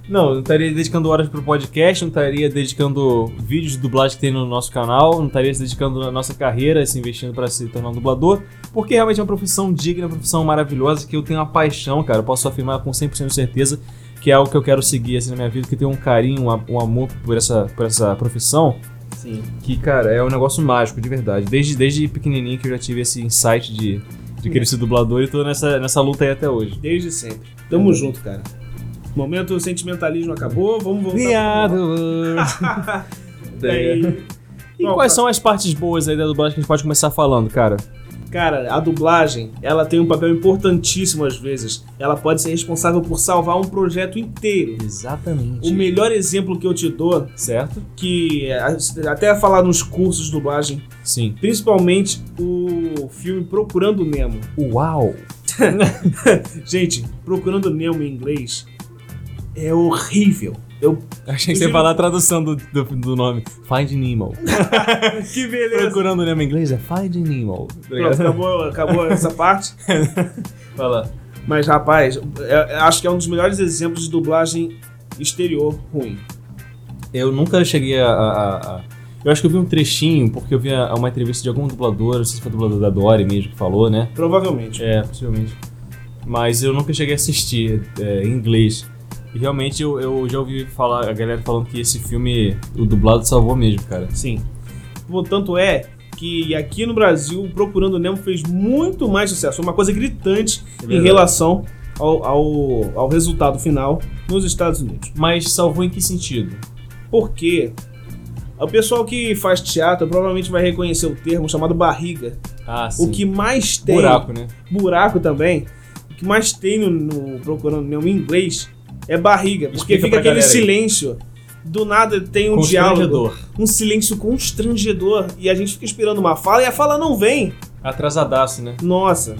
Não, não estaria dedicando horas pro podcast, não estaria dedicando vídeos de dublagem que tem no nosso canal, não estaria se dedicando na nossa carreira, se investindo pra se tornar um dublador, porque realmente é uma profissão digna, uma profissão maravilhosa, que eu tenho uma paixão, cara, eu posso afirmar com 100% de certeza que é algo que eu quero seguir assim na minha vida, que eu tenho um carinho, um a- um amor por essa, por essa profissão, Sim. que, cara, é um negócio mágico, de verdade. Desde, desde pequenininho que eu já tive esse insight de, de querer ser dublador e tô nessa, nessa luta aí até hoje. Desde sempre. Tamo junto, cara. Momento sentimentalismo acabou, vamos voltar. Viado! É. Daí- E Bom, quais são as partes boas aí da dublagem que a gente pode começar falando, cara? Cara, a dublagem, ela tem um papel importantíssimo às vezes. Ela pode ser responsável por salvar um projeto inteiro. Exatamente. O melhor exemplo que eu te dou, Certo? que é, até falar nos cursos de dublagem, Sim. principalmente o filme Procurando Nemo. Uau! Gente, Procurando Nemo em inglês é horrível. Eu... Achei que você ia falar a tradução do, do, do nome. Find Nemo. Que beleza! Procurando o nome em inglês é Find Nemo. Pronto, acabou, acabou essa parte. Fala. Mas, rapaz, é- é- acho que é um dos melhores exemplos de dublagem exterior ruim. Eu nunca cheguei a, a- a- a- Eu acho que eu vi um trechinho, porque eu vi a- uma entrevista de algum dublador, não sei se foi o dublador da Dory mesmo que falou, né? Provavelmente. É, possivelmente. Mas eu nunca cheguei a assistir é, em inglês. E realmente eu, eu já ouvi falar, a galera falando que esse filme, o dublado salvou mesmo, cara. Sim. Portanto, é que aqui no Brasil, Procurando Nemo fez muito mais sucesso. Uma coisa gritante É em relação ao, ao, ao resultado final nos Estados Unidos. Mas salvou em que sentido? Porque o pessoal que faz teatro provavelmente vai reconhecer o termo chamado barriga. Ah, sim. O que mais tem. buraco, né? buraco também. O que mais tem no, no Procurando Nemo em inglês é barriga, porque Explica fica pra aquele galera aí. silêncio. Do nada tem um diálogo, Constrangedor. um silêncio constrangedor e a gente fica esperando uma fala e a fala não vem. Atrasadaço, né? Nossa.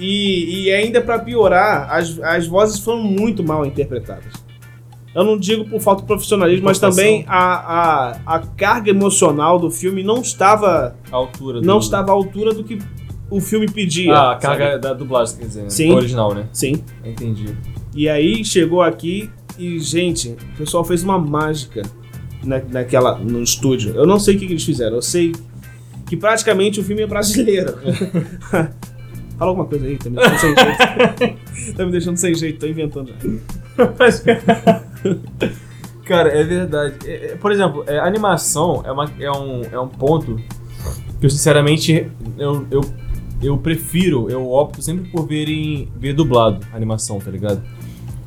E, e ainda pra piorar, as, as vozes foram muito mal interpretadas. Eu não digo por falta de profissionalismo, mas Computação. também a, a, a carga emocional do filme não estava A altura do... não estava à altura do que o filme pedia. Ah, sabe? a carga da dublagem, quer dizer, né? Sim. original, né? Sim. Entendi. E aí chegou aqui e, gente, o pessoal fez uma mágica. na, naquela, no estúdio. Eu não sei o que, que eles fizeram. Eu sei que praticamente o filme é brasileiro. Fala alguma coisa aí, tá me deixando sem jeito. tá me deixando sem jeito, tô inventando. Cara, é verdade. É, é, por exemplo, é, animação é, uma, é, um, é um ponto que eu, sinceramente, eu, eu, eu prefiro, eu opto sempre por ver, em, ver dublado animação, tá ligado?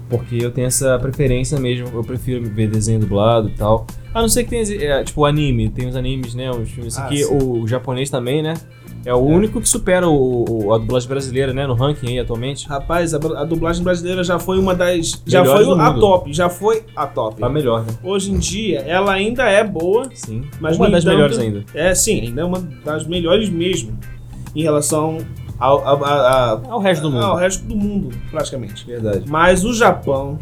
Porque eu tenho essa preferência mesmo, eu prefiro ver desenho dublado e tal. A não ser que tenha, esse- é, tipo, anime, tem os animes, né, os filmes Ah, aqui, sim. o, japonês também, né? É o único que supera o, o- a dublagem brasileira, né, no ranking aí atualmente. Rapaz, a, a dublagem brasileira já foi uma das. Já Melhores foi do a mundo. top, já foi a top. Tá melhor, né? Hoje em dia, ela ainda é boa, Sim. Mas, uma no das entanto, melhores ainda. É, sim, ainda é uma das melhores mesmo em relação ao, ao, a- a- É o resto do mundo. ao Ah, resto do mundo, praticamente. Verdade. Mas o Japão,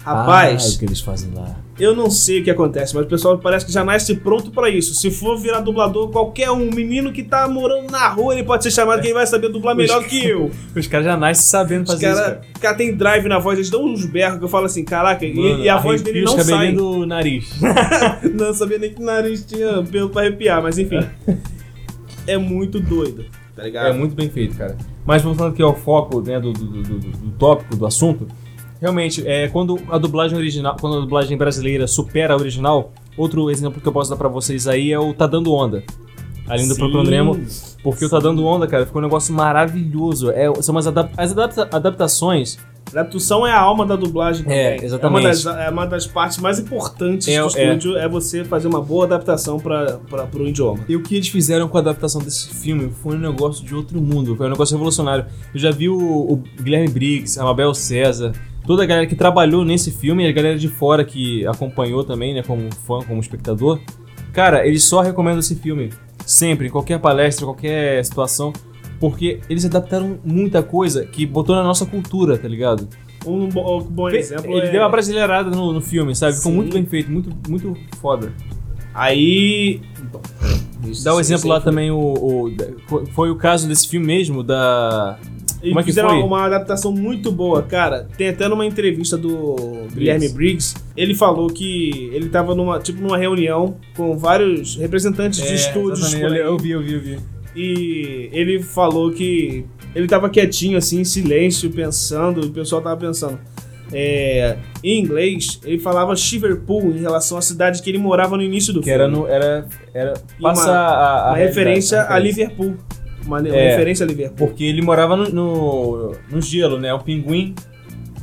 o rapaz, que eles fazem lá. eu não sei o que acontece, mas o pessoal parece que já nasce pronto pra isso. Se for virar dublador, qualquer um, menino que tá morando na rua, ele pode ser chamado, que ele vai saber dublar melhor que eu. Os caras já nascem sabendo Os fazer isso. caras cara tem drive na voz, eles dão uns berros que eu falo assim, caraca, e- e, a voz dele não sai. do nariz. Não sabia nem que o nariz tinha pelo pra arrepiar, mas enfim. é muito doido, tá ligado? É muito bem feito, cara. Mas voltando aqui ao foco né, do, do, do- do- do tópico, do assunto, realmente, é, quando a dublagem original, quando a dublagem brasileira supera a original, outro exemplo que eu posso dar pra vocês aí é o Tá Dando Onda. Além do Sim. Procurando Nemo, porque o Tá Dando Onda, cara, ficou um negócio maravilhoso. É, são umas adap- as adapta- adaptações Tradução é a alma da dublagem também. É, exatamente. É uma das, é uma das partes mais importantes É, do é. estúdio, é você fazer uma boa adaptação para o idioma. E o que eles fizeram com a adaptação desse filme foi um negócio de outro mundo, foi um negócio revolucionário. Eu já vi o, o Guilherme Briggs, a Mabel César, toda a galera que trabalhou nesse filme e a galera de fora que acompanhou também, né, como fã, como espectador. Cara, eles só recomendam esse filme, sempre, em qualquer palestra, qualquer situação, porque eles adaptaram muita coisa que botou na nossa cultura, tá ligado? Um bom, um bom exemplo Ele é... deu uma brasileirada no, no filme, sabe? Ficou Sim. muito bem feito, muito, muito foda. Aí... Bom, isso- Dá o isso exemplo aí lá também, o, o- da- foi o caso desse filme mesmo, da. foi- Eles como é que fizeram foi? uma adaptação muito boa, cara. Tem até numa entrevista do Guilherme Briggs, ele falou que ele tava numa, tipo, numa reunião com vários representantes de estúdios. por Eu, aí. É, eu vi, eu vi, eu vi. E ele falou que ele tava quietinho, assim, em silêncio, pensando, e o pessoal tava pensando. É, em inglês, ele falava Shiverpool em relação à cidade que ele morava no início do Que filme. era no. Era, era E passa uma- a, a uma realidade, referência a referência. Liverpool. Uma, uma É. referência a Liverpool. Porque ele morava no, no, no gelo, né? O pinguim.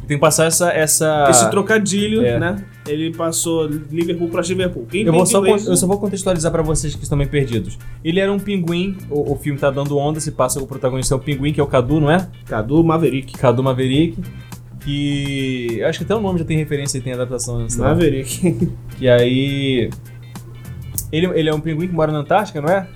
Tem que passar essa. essa... Esse trocadilho, Ah. É. né? Ele passou Liverpool pra Liverpool. Quem eu, vou entende só, con- inglês- eu só vou contextualizar pra vocês que estão meio perdidos. Ele era um pinguim, o, o filme tá dando onda, se passa o protagonista é o pinguim, que é o Cadu, não é? Cadu Maverick. Cadu Maverick. Que. Eu acho que até o nome já tem referência e tem adaptação. né? Maverick. Que aí. Ele, ele é um pinguim que mora na Antártica, não é?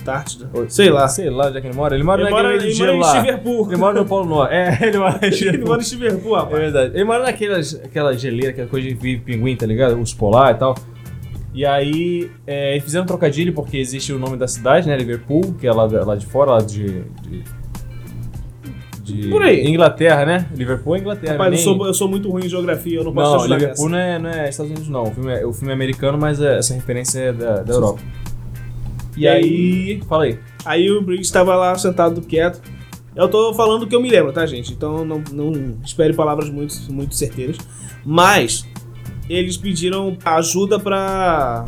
Antártida. Ou- Sei lá. Sei lá onde é que ele mora. Ele mora Ele naquele mora, ele mora gelo em lá. Liverpool. Ele mora no Polo Norte. É, ele mora em Ele Liverpool. mora em Liverpool, É rapaz. verdade. Ele mora naquelas aquela geleira, aquela coisa de vive pinguim, tá ligado? Os polar e tal. E aí, é, eles fizeram um trocadilho porque existe o nome da cidade, né? Liverpool, que é lá, da- lá de fora, lá de. de, de- Por aí. Inglaterra, né? Liverpool é Inglaterra. Rapaz, nem- eu sou, eu sou muito ruim em geografia, eu não posso te não, ajudar Liverpool não é, não é Estados Unidos, não. O filme é, o filme é americano, mas é- essa referência é da, da Europa. E aí. Fala aí. Aí o Briggs estava lá sentado quieto. Eu tô falando o que eu me lembro, tá, gente? Então não, não espere palavras muito, muito certeiras. Mas eles pediram ajuda pra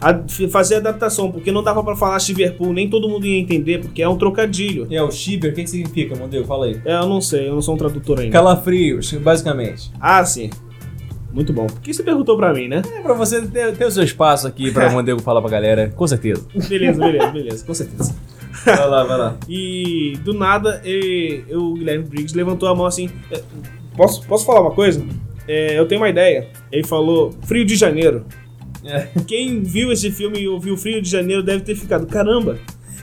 a- fazer a adaptação, porque não dava pra falar Liverpool, nem todo mundo ia entender, porque é um trocadilho. É o Shiber, o que, que significa, Mondeu? Fala aí. É, eu não sei, eu não sou um tradutor ainda. Calafrios, basicamente. Ah, sim. Muito bom. Por que você perguntou pra mim, né? É pra você ter, ter o seu espaço aqui pra Mondego falar pra galera, com certeza. Beleza, beleza, beleza, com certeza. Vai lá, vai lá. E do nada, e- eu, o Guilherme Briggs levantou a mão assim: "É, Posso, posso falar uma coisa? É, eu tenho uma ideia. Ele falou: Frio de Janeiro. É. Quem viu esse filme e ouviu Frio de Janeiro deve ter ficado: Caramba,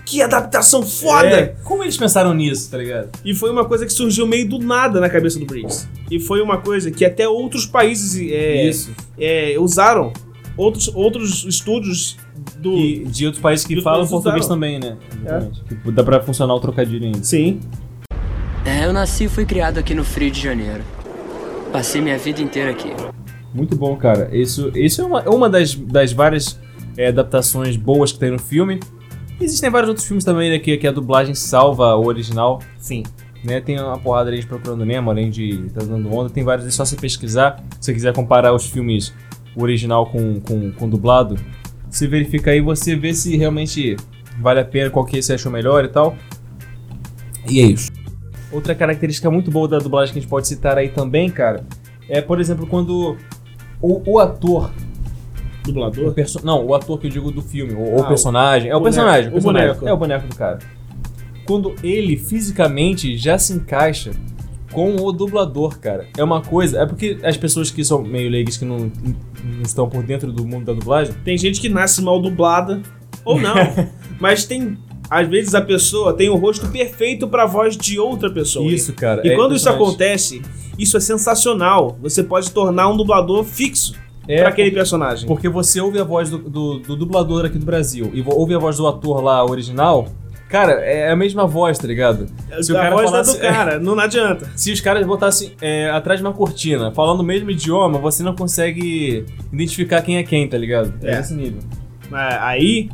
que adaptação foda! como eles pensaram nisso, tá ligado? E foi uma coisa que surgiu meio do nada na cabeça do Briggs. E foi uma coisa que até outros países é, Isso. é, usaram, outros, outros estúdios do. E de outros países que Dos falam países português usaram. também, né? Exatamente. Que dá pra funcionar o trocadilho ainda. Sim, É, eu nasci e fui criado aqui no Frio de Janeiro. Passei minha vida inteira aqui. Muito bom, cara. Isso, isso é uma, é uma das, das várias é, adaptações boas que tem no filme. Existem vários outros filmes também né, que, que a dublagem salva o original. Sim. Né? Tem uma porrada ali de Procurando Nemo, além de Tá Dando Onda. Tem vários, é só você pesquisar. Se você quiser comparar os filmes o original com, com, com o dublado, você verifica aí, você vê se realmente vale a pena, qual que você achou melhor e tal. E é isso. Outra característica muito boa da dublagem que a gente pode citar aí também, cara, é, por exemplo, quando o, o ator o Dublador? perso- Não, o ator que eu digo do filme, ou o Ah, personagem. É o, boneco, personagem, o personagem. boneco. É o boneco do cara. Quando ele fisicamente já se encaixa com o dublador, cara. É uma coisa. É porque as pessoas que são meio leigas, que não, não estão por dentro do mundo da dublagem. Tem gente que nasce mal dublada, ou não. mas tem. Às vezes a pessoa tem o rosto perfeito pra voz de outra pessoa. Isso, cara. E é quando isso impressionante. acontece, isso é sensacional. Você pode tornar um dublador fixo É, pra aquele personagem. Porque você ouve a voz do, do- do dublador aqui do Brasil e vo- ouve a voz do ator lá original. Cara, é a mesma voz, tá ligado? se o a cara voz da falasse- do cara, não adianta. Se os caras botassem é, atrás de uma cortina, falando o mesmo idioma, você não consegue identificar quem é quem, tá ligado? É, É. esse nível. Mas É, Aí.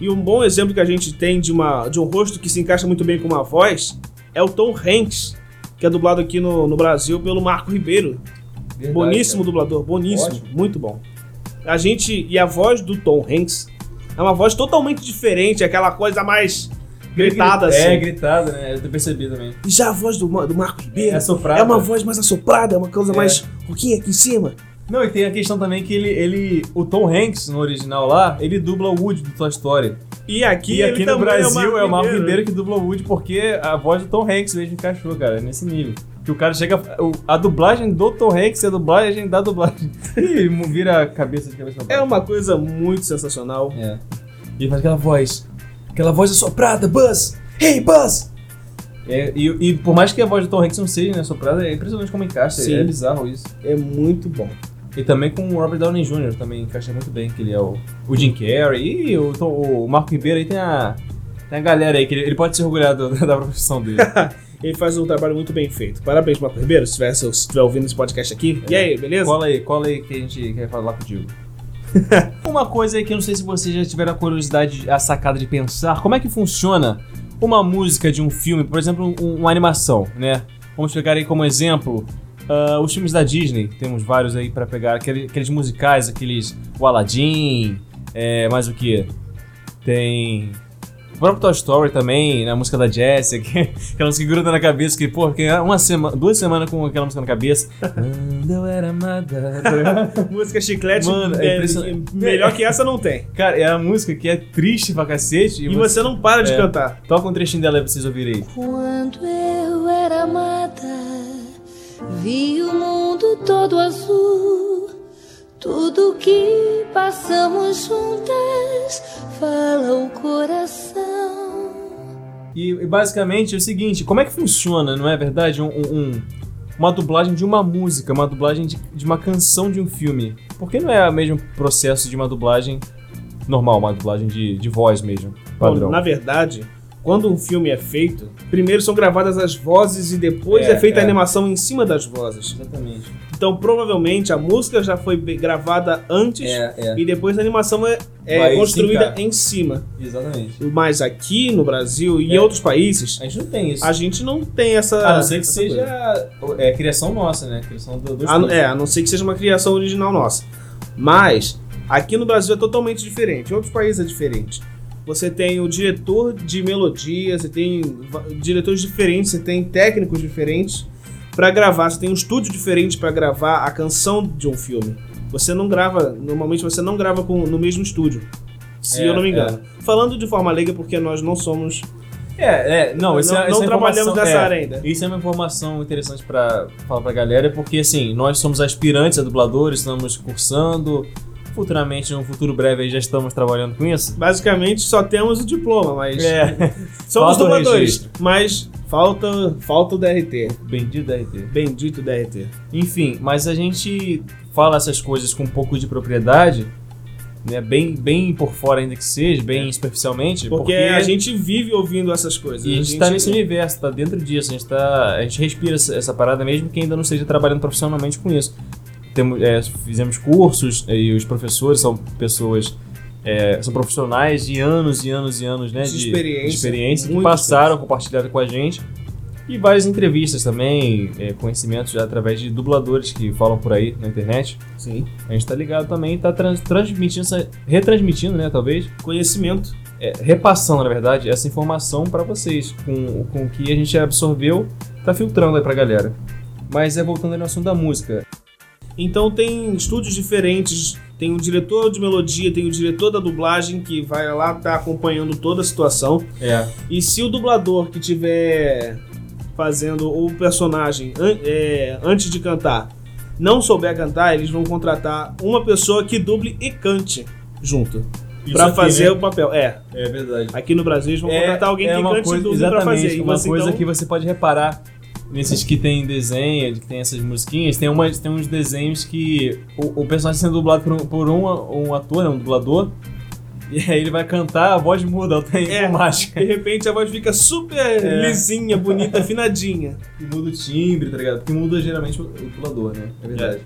E um bom exemplo que a gente tem de, uma, de um rosto que se encaixa muito bem com uma voz é o Tom Hanks, que é dublado aqui no, no Brasil pelo Marco Ribeiro. Verdade, boníssimo dublador, boníssimo, Ótimo. muito bom. A gente. E a voz do Tom Hanks é uma voz totalmente diferente, aquela coisa mais gritada assim. É, gritada, né? Eu percebi também. E já a voz do, Ma- do Marco Ribeiro É soprada. é uma voz mais assoprada, é uma coisa mais roquinha aqui em cima. Não, e tem a questão também que ele, ele. O Tom Hanks, no original lá, ele dubla o Woody do Toy Story. E aqui, e aqui ele no também Brasil é o Marco Ribeiro né? que dubla o Woody porque a voz do Tom Hanks mesmo encaixou, cara, nesse nível. Que o cara chega. o- A dublagem do Tom Hanks é a dublagem da dublagem. E vira a cabeça de cabeça pra É baixo. uma coisa muito sensacional. É. E ele faz aquela voz. Aquela voz assoprada, Buzz! Hey, Buzz! É, e, e por mais que a voz do Tom Hanks não seja né, assoprada, é impressionante como encaixa. Sim. É bizarro isso. É muito bom. E também com o Robert Downey Jr. também encaixa muito bem, que ele é o, o Jim Carrey. E o, Tom- o Marco Ribeiro aí tem a, tem a galera aí, que ele, ele pode se orgulhar do- da profissão dele. Ele faz um trabalho muito bem feito. Parabéns, Marco Ribeiro, se estiver se estiver ouvindo esse podcast aqui. E aí, beleza? Cola aí, cola aí que a gente quer falar contigo. uma coisa aí que eu não sei se vocês já tiveram a curiosidade, a sacada de pensar, como é que funciona uma música de um filme, por exemplo, um- uma animação, né? Vamos pegar aí como exemplo ah, os filmes da Disney, temos vários aí pra pegar, aquele- aqueles musicais, aqueles o Aladdin, é, mais o que? Tem o próprio Toy Story também, na música da Jessie, que, aquela música que gruda na cabeça, que, pô, fiquei uma semana, duas semanas com aquela música na cabeça. Quando eu era amada. tá ligado? Música chiclete, Mano, é é, impressionante. melhor que essa não tem. Cara, é uma música que é triste pra cacete. E, E você você não para de É. cantar. toca um trechinho dela pra vocês ouvirem aí. Quando eu era amada, vi o mundo todo azul. Tudo que passamos juntas fala o coração. E, e basicamente é o seguinte: como é que funciona, não é verdade? Um, um- um- uma dublagem de uma música, uma dublagem de, de uma canção de um filme. Por que não é o mesmo processo de uma dublagem normal, uma dublagem de, de voz mesmo? Padrão. Bom, na verdade, quando um filme é feito, primeiro são gravadas as vozes e depois É, é, feita é. a animação em cima das vozes. Exatamente. Então, provavelmente, a música já foi be- gravada antes É, é. e depois a animação é, é Vai construída sincar. em cima. Exatamente. Mas aqui no Brasil e É. em outros países, A gente não tem isso. a gente não tem essa. Ah, A não ser que essa seja coisa. é, criação nossa, né? Criação do, dos A, não- dois. é, a não ser que seja uma criação original nossa. Mas aqui no Brasil é totalmente diferente. Em outros países é diferente. Você tem o diretor de melodia, você tem va- diretores diferentes, você tem técnicos diferentes pra gravar, você tem um estúdio diferente pra gravar a canção de um filme. Você não grava, normalmente você não grava com- no mesmo estúdio. Se É, eu não me engano. Falando de forma leiga, porque nós não somos. É, é, não, isso não, é, não essa trabalhamos informação- nessa é, área ainda. Isso é uma informação interessante pra falar pra galera, porque assim, nós somos aspirantes a dubladores, estamos cursando, futuramente, num futuro breve aí já estamos trabalhando com isso. Basicamente só temos o diploma, mas. É, Somos Falta o dubladores, registro. mas falta, falta o DRT. bendito RT. Bendito DRT. Enfim, mas a gente fala essas coisas com um pouco de propriedade, né, bem, bem por fora ainda que seja, bem superficialmente, É. Porque, a gente vive ouvindo essas coisas. é- E a gente, tá nesse universo, tá dentro disso, a gente, tá, a gente respira essa, essa parada mesmo que ainda não esteja trabalhando profissionalmente com isso. temos, é, fizemos cursos e os professores são pessoas. é, são profissionais de anos e anos e anos, né? De experiência. de experiência que Muita passaram, compartilharam com a gente. E várias entrevistas também, é, conhecimentos através de dubladores que falam por aí na internet. Sim. A gente tá ligado também, tá trans- transmitindo, essa- retransmitindo, né, talvez, Conhecimento. é, repassando, na verdade, essa informação pra vocês, com, com o que a gente absorveu, tá filtrando aí pra galera. Mas é voltando aí no assunto da música. Então tem estúdios diferentes, tem o diretor de melodia, tem o diretor da dublagem que vai lá tá acompanhando toda a situação. É. E se o dublador que tiver fazendo o personagem an- é, antes de cantar não souber cantar, eles vão contratar uma pessoa que duble e cante junto pra né? fazer o papel. É, É verdade. aqui no Brasil eles É, vão contratar alguém que cante e duble pra exatamente, fazer. E uma você, coisa então, que você pode reparar nesses que tem desenho, que tem essas musiquinhas, tem, umas, tem uns desenhos que o, o personagem sendo dublado por um, por um, um ator, né, um dublador, e aí ele vai cantar, a voz muda, ela tá tem É. com máscara. de repente a voz fica super É. lisinha, bonita, afinadinha. Que muda o timbre, tá ligado? Que muda geralmente o o dublador, né? É verdade.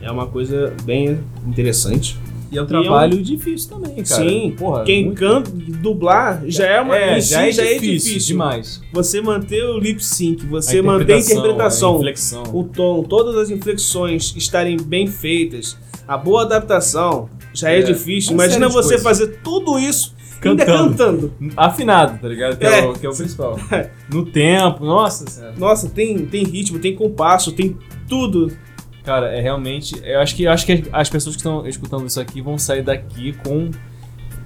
É uma coisa bem interessante. E é um trabalho difícil também, cara. Sim, porra. Quem Ah, muito- canta, dublar já é uma em si já, é difícil. demais. Você manter o lip sync, A você manter a interpretação, inflexão. o tom, todas as inflexões estarem bem feitas, a boa adaptação já é, É, difícil. uma Imagina série de você coisas. fazer tudo isso ainda Cantando. cantando. Afinado, tá ligado? Que é, É. o, que é o principal. no tempo, nossa senhora. Nossa, tem, tem ritmo, tem compasso, tem tudo. Cara, é realmente. Eu acho que, eu acho que as, as pessoas que estão escutando isso aqui vão sair daqui com.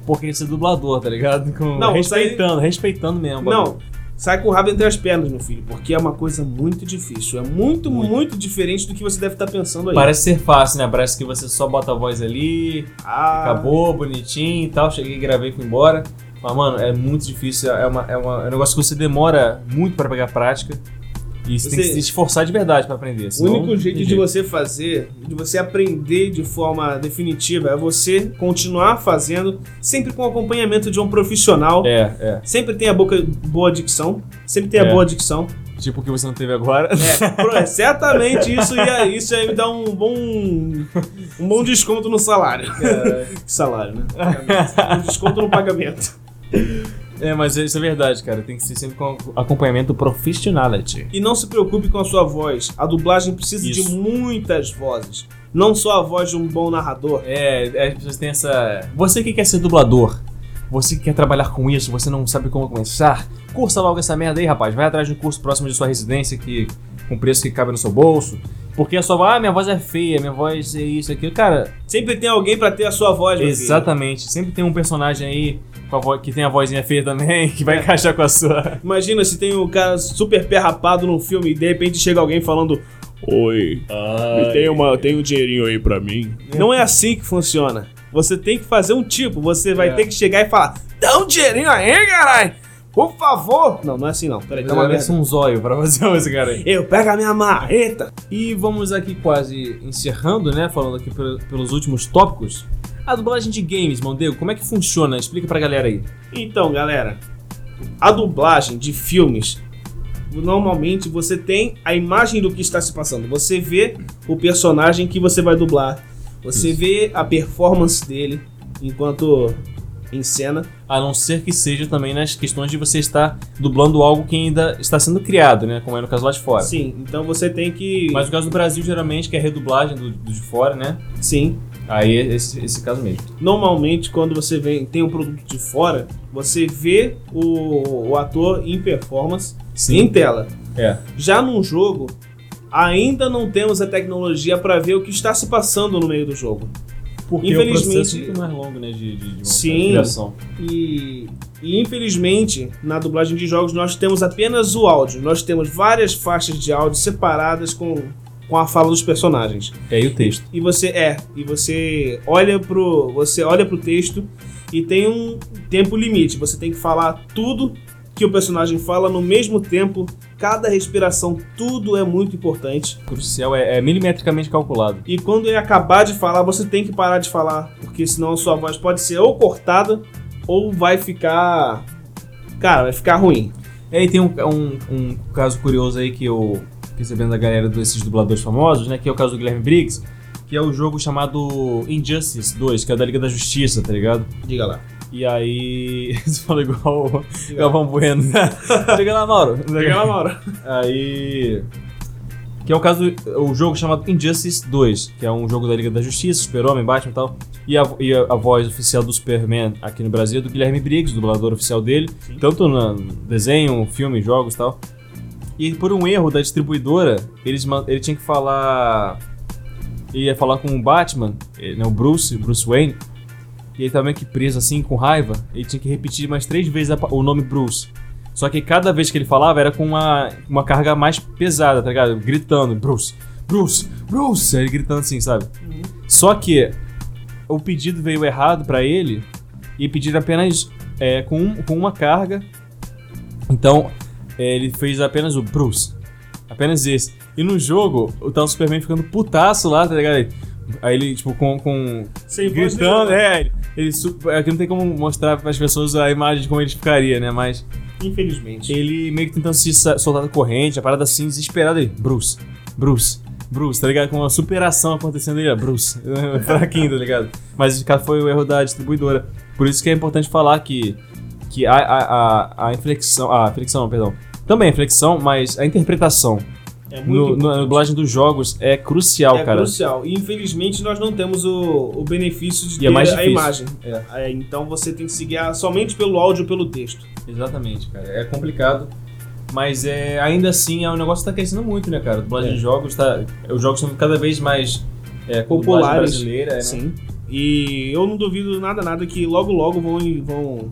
Porque esse dublador, tá ligado? Com, Não, respeitando, respeitando mesmo. bagulho. Não, sai com o rabo entre as pernas, meu filho, porque é uma coisa muito difícil. É muito, muito, diferente do que você deve estar pensando aí. Parece ser fácil, né? Parece que você só bota a voz ali, Ah, Acabou, bonitinho e tal. Cheguei, gravei, fui embora. Mas, mano, é muito difícil. É, uma, é, uma- é um negócio que você demora muito pra pegar prática. E você, tem que Você- se esforçar de verdade pra aprender. O senão único não tem jeito de você fazer, de você aprender de forma definitiva, é você continuar fazendo, sempre com acompanhamento de um profissional. É, é. Sempre tem a boca boa dicção. Sempre tem a É. boa dicção. Tipo o que você não teve agora. É, pro- certamente isso ia, isso ia me dar um bom. um bom desconto no salário. É. Que salário, né? Pagamento. Um desconto no pagamento. É, mas isso é verdade, cara. Tem que ser sempre com acompanhamento professionality. E não se preocupe com a sua voz. A dublagem precisa de Isso. muitas vozes. Não só a voz de um bom narrador. É, as pessoas têm essa. Você que quer ser dublador, você que quer trabalhar com isso, você não sabe como começar, cursa logo essa merda aí, rapaz. Vai atrás de um curso próximo de sua residência que com preço que cabe no seu bolso. Porque é só, ah, minha voz é feia, minha voz é isso, aquilo. Cara, Sempre tem alguém pra ter a sua voz, meu filho. exatamente. Sempre tem um personagem aí com a voz- que tem a vozinha feia também, que vai encaixar com a sua. Imagina se tem um cara super pé rapado num filme e de repente chega alguém falando Oi. Tem, uma, tem um dinheirinho aí pra mim. Não é assim que funciona. Você tem que fazer um tipo, você vai É. ter que chegar e falar Dá um dinheirinho aí, caralho! Por favor! Não, não é assim não. Peraí, dá uma Parece merda. um zóio pra fazer esse cara aí. Eu pego a minha marreta! E vamos aqui quase encerrando, né? Falando aqui pel- pelos últimos tópicos. A dublagem de games, Mondego, como é que funciona? Explica pra galera aí. Então, galera, a dublagem de filmes, normalmente você tem a imagem do que está se passando. Você vê o personagem que você vai dublar, você vê a performance dele enquanto em cena. A não ser que seja também nas questões de você estar dublando algo que ainda está sendo criado, né? Como é no caso lá de fora. Sim, então você tem que. Mas no caso do Brasil, geralmente, que é a redublagem do, do de fora, né? Sim. Aí é esse, esse caso mesmo. Normalmente, quando você vem, tem um produto de fora, você vê o, o ator em performance, em tela. É. Já num jogo, ainda não temos a tecnologia para ver o que está se passando no meio do jogo. Porque Infelizmente- o processo é muito mais longo, né? De, de, de Sim. de criação. E, e, infelizmente, na dublagem de jogos nós temos apenas o áudio. Nós temos várias faixas de áudio separadas com, com a fala dos personagens. É aí o texto. E você é, e você olha pro, você olha pro texto e tem um tempo limite. Você tem que falar tudo que o personagem fala no mesmo tempo. Cada respiração, tudo é muito importante. Crucial é, é milimetricamente calculado. E quando ele acabar de falar, você tem que parar de falar, porque senão a sua voz pode ser ou cortada ou vai ficar. Cara, vai ficar ruim. E aí tem um, um- um é caso curioso aí que eu fiquei sabendo da galera desses dubladores famosos, né? Que é o caso do Guilherme Briggs. que é o jogo chamado Injustice 2, que é o da Liga da Justiça, tá ligado? Diga lá. E aí. Você fala igual o Galvão Bueno. Chega lá, Mauro. Diga lá, Mauro. Aí. Que é o caso. O jogo chamado Injustice 2, que é um jogo da Liga da Justiça, Super-Homem, Batman e tal. E a, e a- a voz oficial do Superman aqui no Brasil é do Guilherme Briggs, dublador oficial dele. Tanto no desenho, filme, jogos e tal. E por um erro da distribuidora, eles, ma- ele tinha que falar. Ele ia falar com o Batman, eh, né, o Bruce, Bruce Wayne. E ele tava meio que preso assim, com raiva. Ele tinha que repetir mais três vezes a pa- o nome Bruce. Só que cada vez que ele falava era com uma, uma carga mais pesada, tá ligado? Gritando, Bruce, Bruce, Bruce! Aí Ele gritando assim, sabe? Só que o pedido veio errado pra ele e pediram apenas é, com, um- com uma carga. Então é, ele fez apenas o Bruce. Apenas esse. E no jogo, o tal Superman ficando putaço lá, tá ligado? Aí ele, tipo, com, com, Sem voz gritando, nenhuma. é. Ele, ele, su- aqui não tem como mostrar para as pessoas a imagem de como ele ficaria, né? Mas é. Infelizmente. ele meio que tentando se sa- soltar da corrente, a parada assim, desesperado ele. Bruce, Bruce, Bruce, tá ligado? Com uma superação acontecendo ele, ó, Bruce. Fraquinho, tá ligado? Mas esse cara foi o erro da distribuidora. Por isso que é importante falar que, que a, a, a, a inflexão. A inflexão, não, perdão. Também a inflexão, mas a interpretação É no, importante. no- na dublagem dos jogos é crucial, é cara. crucial. E infelizmente nós não temos o, o benefício de E ter é mais a difícil. imagem. É, então você tem que se guiar somente pelo áudio ou pelo texto. Exatamente, cara. É complicado. Mas é, ainda assim, é um negócio que tá crescendo muito, né, cara? É. Dublagem de jogos, tá, os jogos são cada vez mais é, com dublagem Populares. brasileira, né? Sim. E eu não duvido nada, nada que logo, logo vão. vão,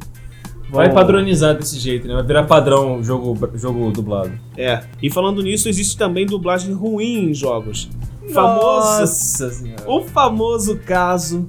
Vai vão- padronizar desse jeito, né? Vai virar padrão o jogo, jogo dublado. É. E falando nisso, existe também dublagem ruim em jogos. Famoso. Nossa senhora. O famoso caso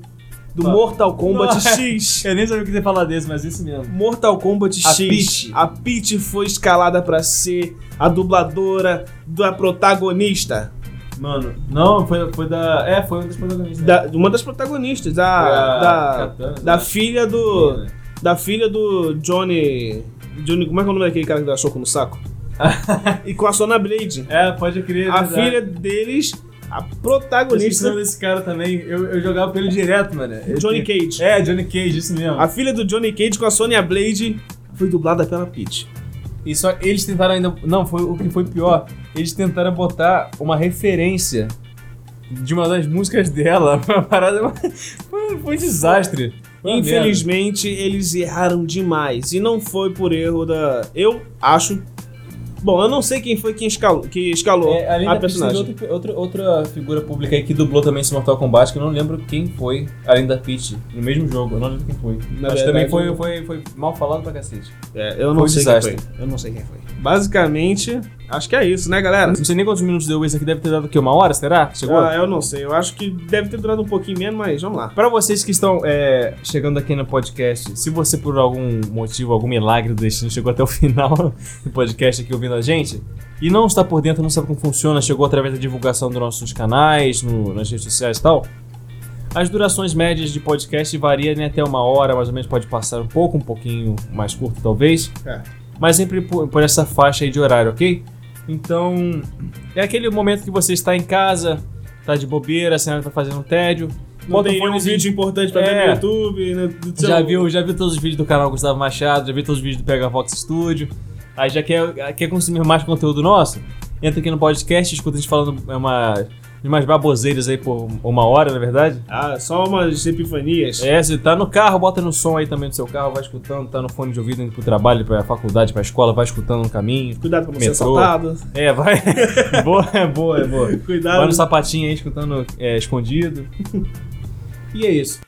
do Mortal Kombat Nossa. X. é. Eu nem sabia o que você ia falar desse, mas isso mesmo. Mortal Kombat A X. Peach. A Peach foi escalada pra ser a dubladora da protagonista. Mano, não, foi, foi da. É, foi um dos protagonistas. Da- uma das protagonistas, da. Foi É, a da, Katana, da né? filha do. Da filha do Johnny. Johnny. Como é que é o nome daquele cara que dá soco no saco? e com a Sona Blade. É, pode crer. A verdade. filha deles, a Eu esqueci o protagonista, nome desse cara também. Eu, eu jogava pelo direto, mano. Johnny Cage. É, Johnny Cage, isso mesmo. A filha do Johnny Cage com a Sonya Blade foi dublada pela Peach. E só eles tentaram ainda. Não, foi o que foi pior. Eles tentaram botar uma referência de uma das músicas dela. Uma parada. Foi, foi um desastre. Foi uma Infelizmente, eles erraram demais. E não foi por erro da. Eu acho. Bom, eu não sei quem foi quem escalou, que escalou merda. É, além a da Peach, personagem. teve outra, outra, outra figura pública aí que dublou também esse Mortal Kombat, que eu não lembro quem foi, além da Peach, no mesmo jogo, eu não lembro quem foi. Na Mas verdade, também foi, eu- foi, foi mal falado pra cacete. É, eu Foi não um sei desastre. quem foi. Eu não sei quem foi. Basicamente, acho que é isso, né, galera? Não sei nem quantos minutos deu isso aqui, deve ter dado o quê? Uma hora, será? Chegou? Ah, eu não sei. Eu acho que deve ter durado um pouquinho menos, mas vamos lá. Pra vocês que estão é, chegando aqui no podcast, se você por algum motivo, algum milagre do destino chegou até o final do podcast aqui ouvindo a gente e não está por dentro, não sabe como funciona, chegou através da divulgação dos nossos canais, no- nas redes sociais e tal, as durações médias de podcast variam né, até uma hora, mais ou menos pode passar um pouco, um pouquinho mais curto talvez, É. mas sempre por, por essa faixa aí de horário, ok? Então, é aquele momento que você está em casa, tá de bobeira, a senhora tá fazendo um tédio, Não tem o nenhum fonezinho vídeo importante pra É. ver no YouTube, né? do seu- já viu, já viu todos os vídeos do canal Gustavo Machado, já viu todos os vídeos do Pega Vox Studio. Aí já quer, quer consumir mais conteúdo nosso? Entra aqui no podcast, escuta a gente falando é uma, de umas baboseiras aí por uma hora, na verdade. Ah, só umas epifanias. É, se tá no carro, bota no som aí também do seu carro, vai escutando, tá no fone de ouvido indo pro trabalho, pra faculdade, pra escola, vai escutando no caminho. Cuidado pra não ser Metrô. assaltado. É, vai. boa, é boa, é boa. Cuidado. Vai no sapatinho aí, escutando é, escondido. e é isso.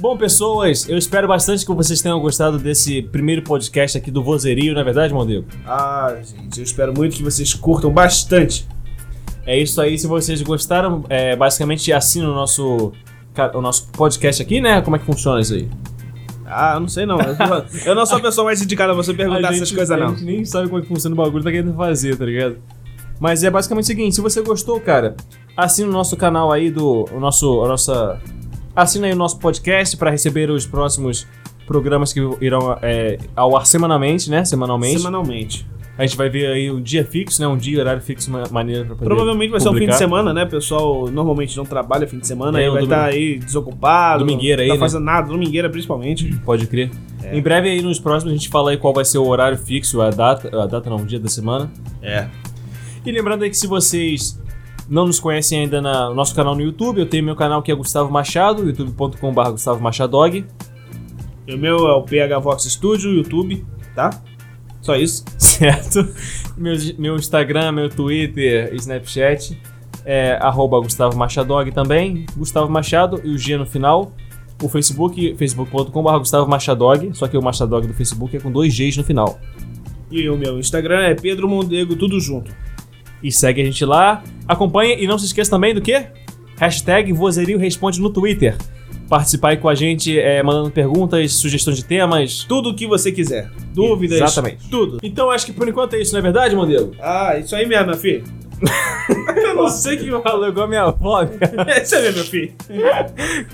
Bom, pessoas, eu espero bastante que vocês tenham gostado desse primeiro podcast aqui do Vozerio, não é verdade, Mondego? Ah, gente, eu espero muito que vocês curtam bastante. É isso aí, se vocês gostaram, é, basicamente assina o nosso, ca- o nosso podcast aqui, né? Como é que funciona isso aí? Ah, não sei não. Eu, tô- eu não sou a pessoa mais indicada a você perguntar essas coisas, A não. gente nem sabe como é que funciona o bagulho, tá querendo fazer, tá ligado? Mas é basicamente o seguinte, se você gostou, cara, assina o nosso canal aí do... O nosso, a nossa... Assina aí o nosso podcast pra receber os próximos programas que irão é, ao ar semanalmente, né? Semanalmente. Semanalmente. A gente vai ver aí um dia fixo, né? Um dia, horário fixo, uma maneira pra poder Provavelmente vai ser um fim de publicar. semana, né? O pessoal normalmente não trabalha fim de semana, É, aí um vai domingo. estar aí desocupado. Domingueira aí, Não né? tá fazendo nada, domingueira principalmente. Pode crer. É. Em breve aí nos próximos a gente fala aí qual vai ser o horário fixo, a data, a data não, o dia da semana. É. E lembrando aí que se vocês não nos conhecem ainda na- no nosso canal no YouTube, eu tenho meu canal que é Gustavo Machado, youtube.com.br Gustavo Machadog. E o meu é o PH Vox Studio, YouTube, tá? Só isso. Certo? Meu, meu Instagram, meu Twitter, Snapchat. É arroba Gustavo Machadog também. Gustavo Machado e o G no final. O Facebook, facebook.com.br Gustavo Machadog. Só que o Machadog do Facebook é com dois Gs no final. E o meu Instagram é Pedro Mondego, tudo junto. E segue a gente lá. Acompanhe e não se esqueça também do quê? Hashtag Vozerio Responde no Twitter. Participar aí com a gente, é, mandando perguntas, sugestões de temas. Tudo o que você quiser. Dúvidas. Exatamente. Tudo. Então acho que por enquanto é isso, não é verdade, Mondego? Ah, isso aí mesmo, meu filho. Eu não sei o que Falou igual a minha avó, cara. É isso aí mesmo, meu filho.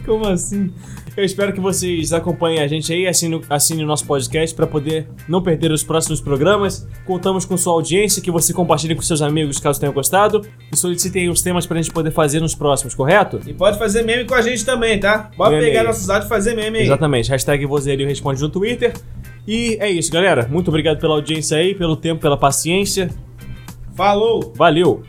Como assim? Eu espero que vocês acompanhem a gente aí, assinem assine o nosso podcast para poder não perder os próximos programas. Contamos com sua audiência, que você compartilhe com seus amigos caso tenham gostado e solicitem os temas pra gente poder fazer nos próximos, correto? E pode fazer meme com a gente também, tá? Pode Meme pegar aí. nossos dados e fazer meme aí. Exatamente. Hashtag Vozerio Responde no Twitter. E é isso, galera. Muito obrigado pela audiência aí, pelo tempo, pela paciência. Falou! Valeu!